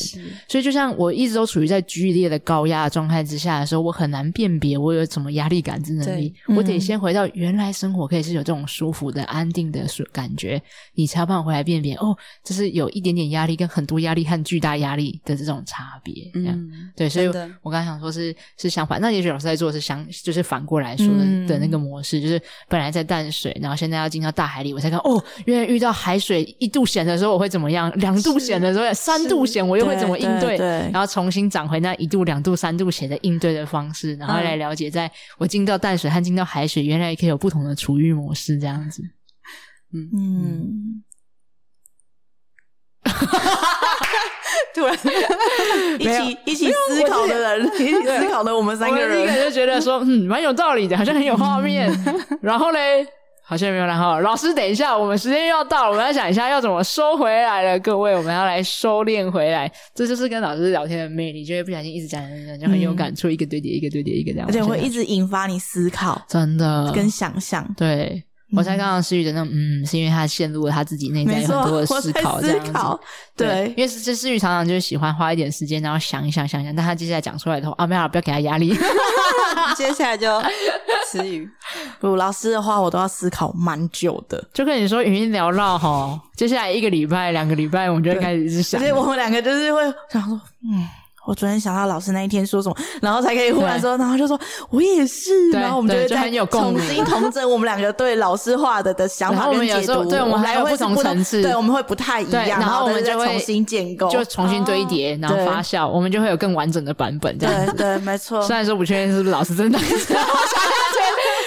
Speaker 1: 所以就像我一直都处于在剧烈的高压的状态之下的时候，我很难辨别我有什么压力感知能力。
Speaker 2: 嗯
Speaker 1: 我得先回到原来生活可以是有这种舒服的、安定的舒感觉，你才有办法回来辨别哦，这是有一点点压力跟很多压力和巨大压力的这种差别。这样、
Speaker 3: 嗯，
Speaker 1: 对，所以
Speaker 3: 真的
Speaker 1: 我刚才想说是是相反，那也许老师在做的是相，就是反过来说的、
Speaker 2: 嗯
Speaker 1: 的那个模式，就是本来在淡水，然后现在要进到大海里，我才看哦，原来遇到海水一度咸的时候我会怎么样，两度
Speaker 3: 是
Speaker 1: 咸的时候，三度咸我又会怎么应
Speaker 2: 对对对
Speaker 1: 然后重新找回那一度、两度、三度咸的应对的方式，然后
Speaker 3: 嗯
Speaker 1: 来了解，在我进到淡水和进到海水，原来也可以有不同的处遇模式，这样子。
Speaker 2: 嗯，
Speaker 1: 嗯
Speaker 3: 突然
Speaker 2: 一
Speaker 1: 没有
Speaker 2: 起一起思考的人，一起思考的我们三
Speaker 1: 我
Speaker 2: 个
Speaker 1: 们立刻
Speaker 2: 人，
Speaker 1: 就觉得说，嗯，蛮有道理的，好像很有画 面。然后嘞，好像没有然后了。老师，等一下，我们时间又要到了，我们要想一下要怎么收回来了。各位，我们要来收敛回来，这就是跟老师聊天的魅力，就会不小心一直讲讲讲，就很有感触，一个堆叠，一个堆叠，一个这样。
Speaker 2: 而且
Speaker 1: 我嗯
Speaker 2: 会
Speaker 1: 现在
Speaker 2: 一直引发你思考
Speaker 1: 真的
Speaker 2: 跟想象。
Speaker 1: 对。我才刚刚失语的那种，嗯，是因为他陷入了他自己内在
Speaker 2: 没
Speaker 1: 有
Speaker 2: 错，
Speaker 1: 很多
Speaker 2: 我
Speaker 1: 的
Speaker 2: 在
Speaker 1: 思考，这
Speaker 2: 思
Speaker 1: 样子。
Speaker 2: 考，对
Speaker 1: 因，为是这思雨常常就是喜欢花一点时间，然后想一想想一想，但他接下来讲出来的话，啊，没有啦，不要给他压力。
Speaker 3: 接下来就词 语，
Speaker 2: 如老师的话，我都要思考蛮久的。
Speaker 1: 就跟你说语音缭绕哈，接下来一个礼拜、两个礼拜，我们就会开始一直
Speaker 2: 而
Speaker 1: 想。
Speaker 2: 且我们两个就是会想说，嗯，我昨天想到老师那一天说什么，然后才可以忽然说，然后就说我也是，
Speaker 1: 对
Speaker 2: 然后我们
Speaker 1: 对
Speaker 2: 会
Speaker 1: 就
Speaker 2: 再
Speaker 1: 很有共
Speaker 2: 重
Speaker 1: 鸣
Speaker 2: 新同整我们两个对老师话的的想
Speaker 1: 然
Speaker 2: 法
Speaker 1: 后我
Speaker 2: 跟
Speaker 1: 们
Speaker 2: 解
Speaker 1: 有时候
Speaker 2: 读，
Speaker 1: 对我
Speaker 2: 我
Speaker 1: 们还
Speaker 2: 还
Speaker 1: 有
Speaker 2: 会
Speaker 1: 不
Speaker 2: 是
Speaker 1: 同层次
Speaker 2: 对，我们会不太一
Speaker 1: 对，
Speaker 2: 样，
Speaker 1: 然后我们
Speaker 2: 再
Speaker 1: 就会
Speaker 2: 重新建构，哦
Speaker 1: 就重新堆叠，然后
Speaker 2: 对
Speaker 1: 发酵，我们就会有更完整的版本这样
Speaker 2: 对
Speaker 1: 子。
Speaker 2: 对，没错，
Speaker 1: 虽然说不确定是不是老师 真的，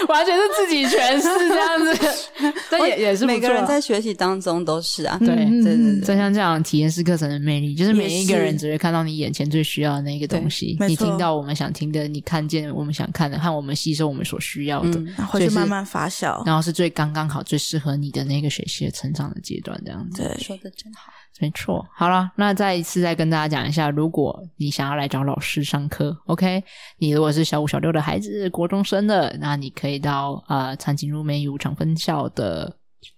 Speaker 1: 完全是自己诠释这样 子，但也也是不错啊
Speaker 3: 每个人在学习当中都是啊，
Speaker 1: 对
Speaker 2: 嗯
Speaker 3: 对对对
Speaker 1: 就像这样体验式课程的魅力，就是每一个
Speaker 2: 也是
Speaker 1: 人只会看到你眼前最需要的那个东西，
Speaker 2: 对没
Speaker 1: 你
Speaker 2: 错
Speaker 1: 听到我们想听的，你看见我们想看的，和我们吸收我们所需要的。
Speaker 3: 嗯
Speaker 2: 然后回
Speaker 1: 所
Speaker 2: 去
Speaker 1: 以是
Speaker 2: 慢慢发酵，
Speaker 1: 然后是最刚刚好、最适合你的那个学习的成长的阶段，这样子。
Speaker 2: 对，
Speaker 3: 说的真好，
Speaker 1: 没错。好了，那再一次再跟大家讲一下，如果你想要来找老师上课，OK，你如果是小五、小六的孩子、国中生的，那你可以到呃长颈鹿美语五常分校的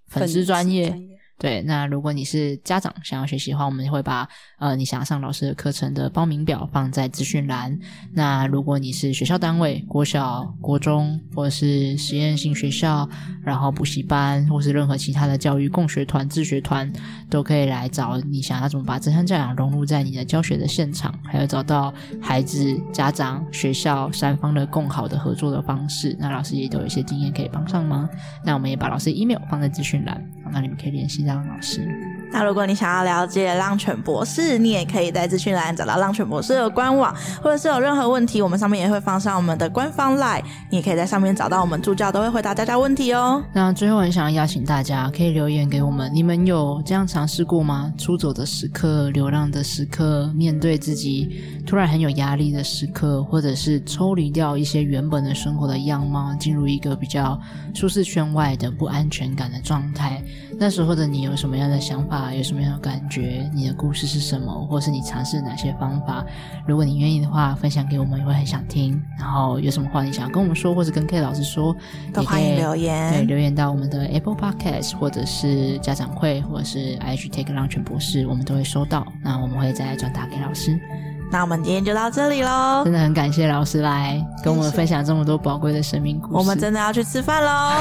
Speaker 1: 粉丝专业。对，那如果你是家长想要学习的话，我们会把呃你想要上老师的课程的报名表放在资讯栏。那如果你是学校单位，国小、国中或者是实验性学校，然后补习班或是任何其他的教育共学团、自学团，都可以来找你想要怎么把真相教养融入在你的教学的现场，还有找到孩子、家长、学校三方的更好的合作的方式。那老师也都有一些经验可以帮上忙。那我们也把老师的 email 放在资讯栏，那你们可以联系张老师。
Speaker 2: 那如果你想要了解浪犬博士，你也可以在资讯栏找到浪犬博士的官网，或者是有任何问题，我们上面也会放上我们的官方 line，你也可以在上面找到我们助教，都会回答大家问题哦。
Speaker 1: 那最后很想要邀请大家，可以留言给我们，你们有这样尝试过吗？出走的时刻、流浪的时刻，面对自己突然很有压力的时刻，或者是抽离掉一些原本的生活的样貌，进入一个比较舒适圈外的不安全感的状态，那时候的你有什么样的想法？有什么样的感觉？你的故事是什么？或是你尝试哪些方法？如果你愿意的话，分享给我们也会很想听。然后有什么话你想要跟我们说，或者跟 K 老师说，
Speaker 2: 都
Speaker 1: 也可以
Speaker 2: 欢迎留言
Speaker 1: 对，留言到我们的 Apple Podcast，或者是家长会，或者是 IG Take 浪犬博士，我们都会收到。那我们会再转达给老师。
Speaker 2: 那我们今天就到这里喽
Speaker 1: 真，的很感谢老师来跟我们分享这么多宝贵的生命故事。
Speaker 2: 我们真的要去吃饭喽，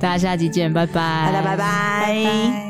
Speaker 1: 大家下集见，拜拜，
Speaker 2: 大家拜拜。
Speaker 3: 拜拜。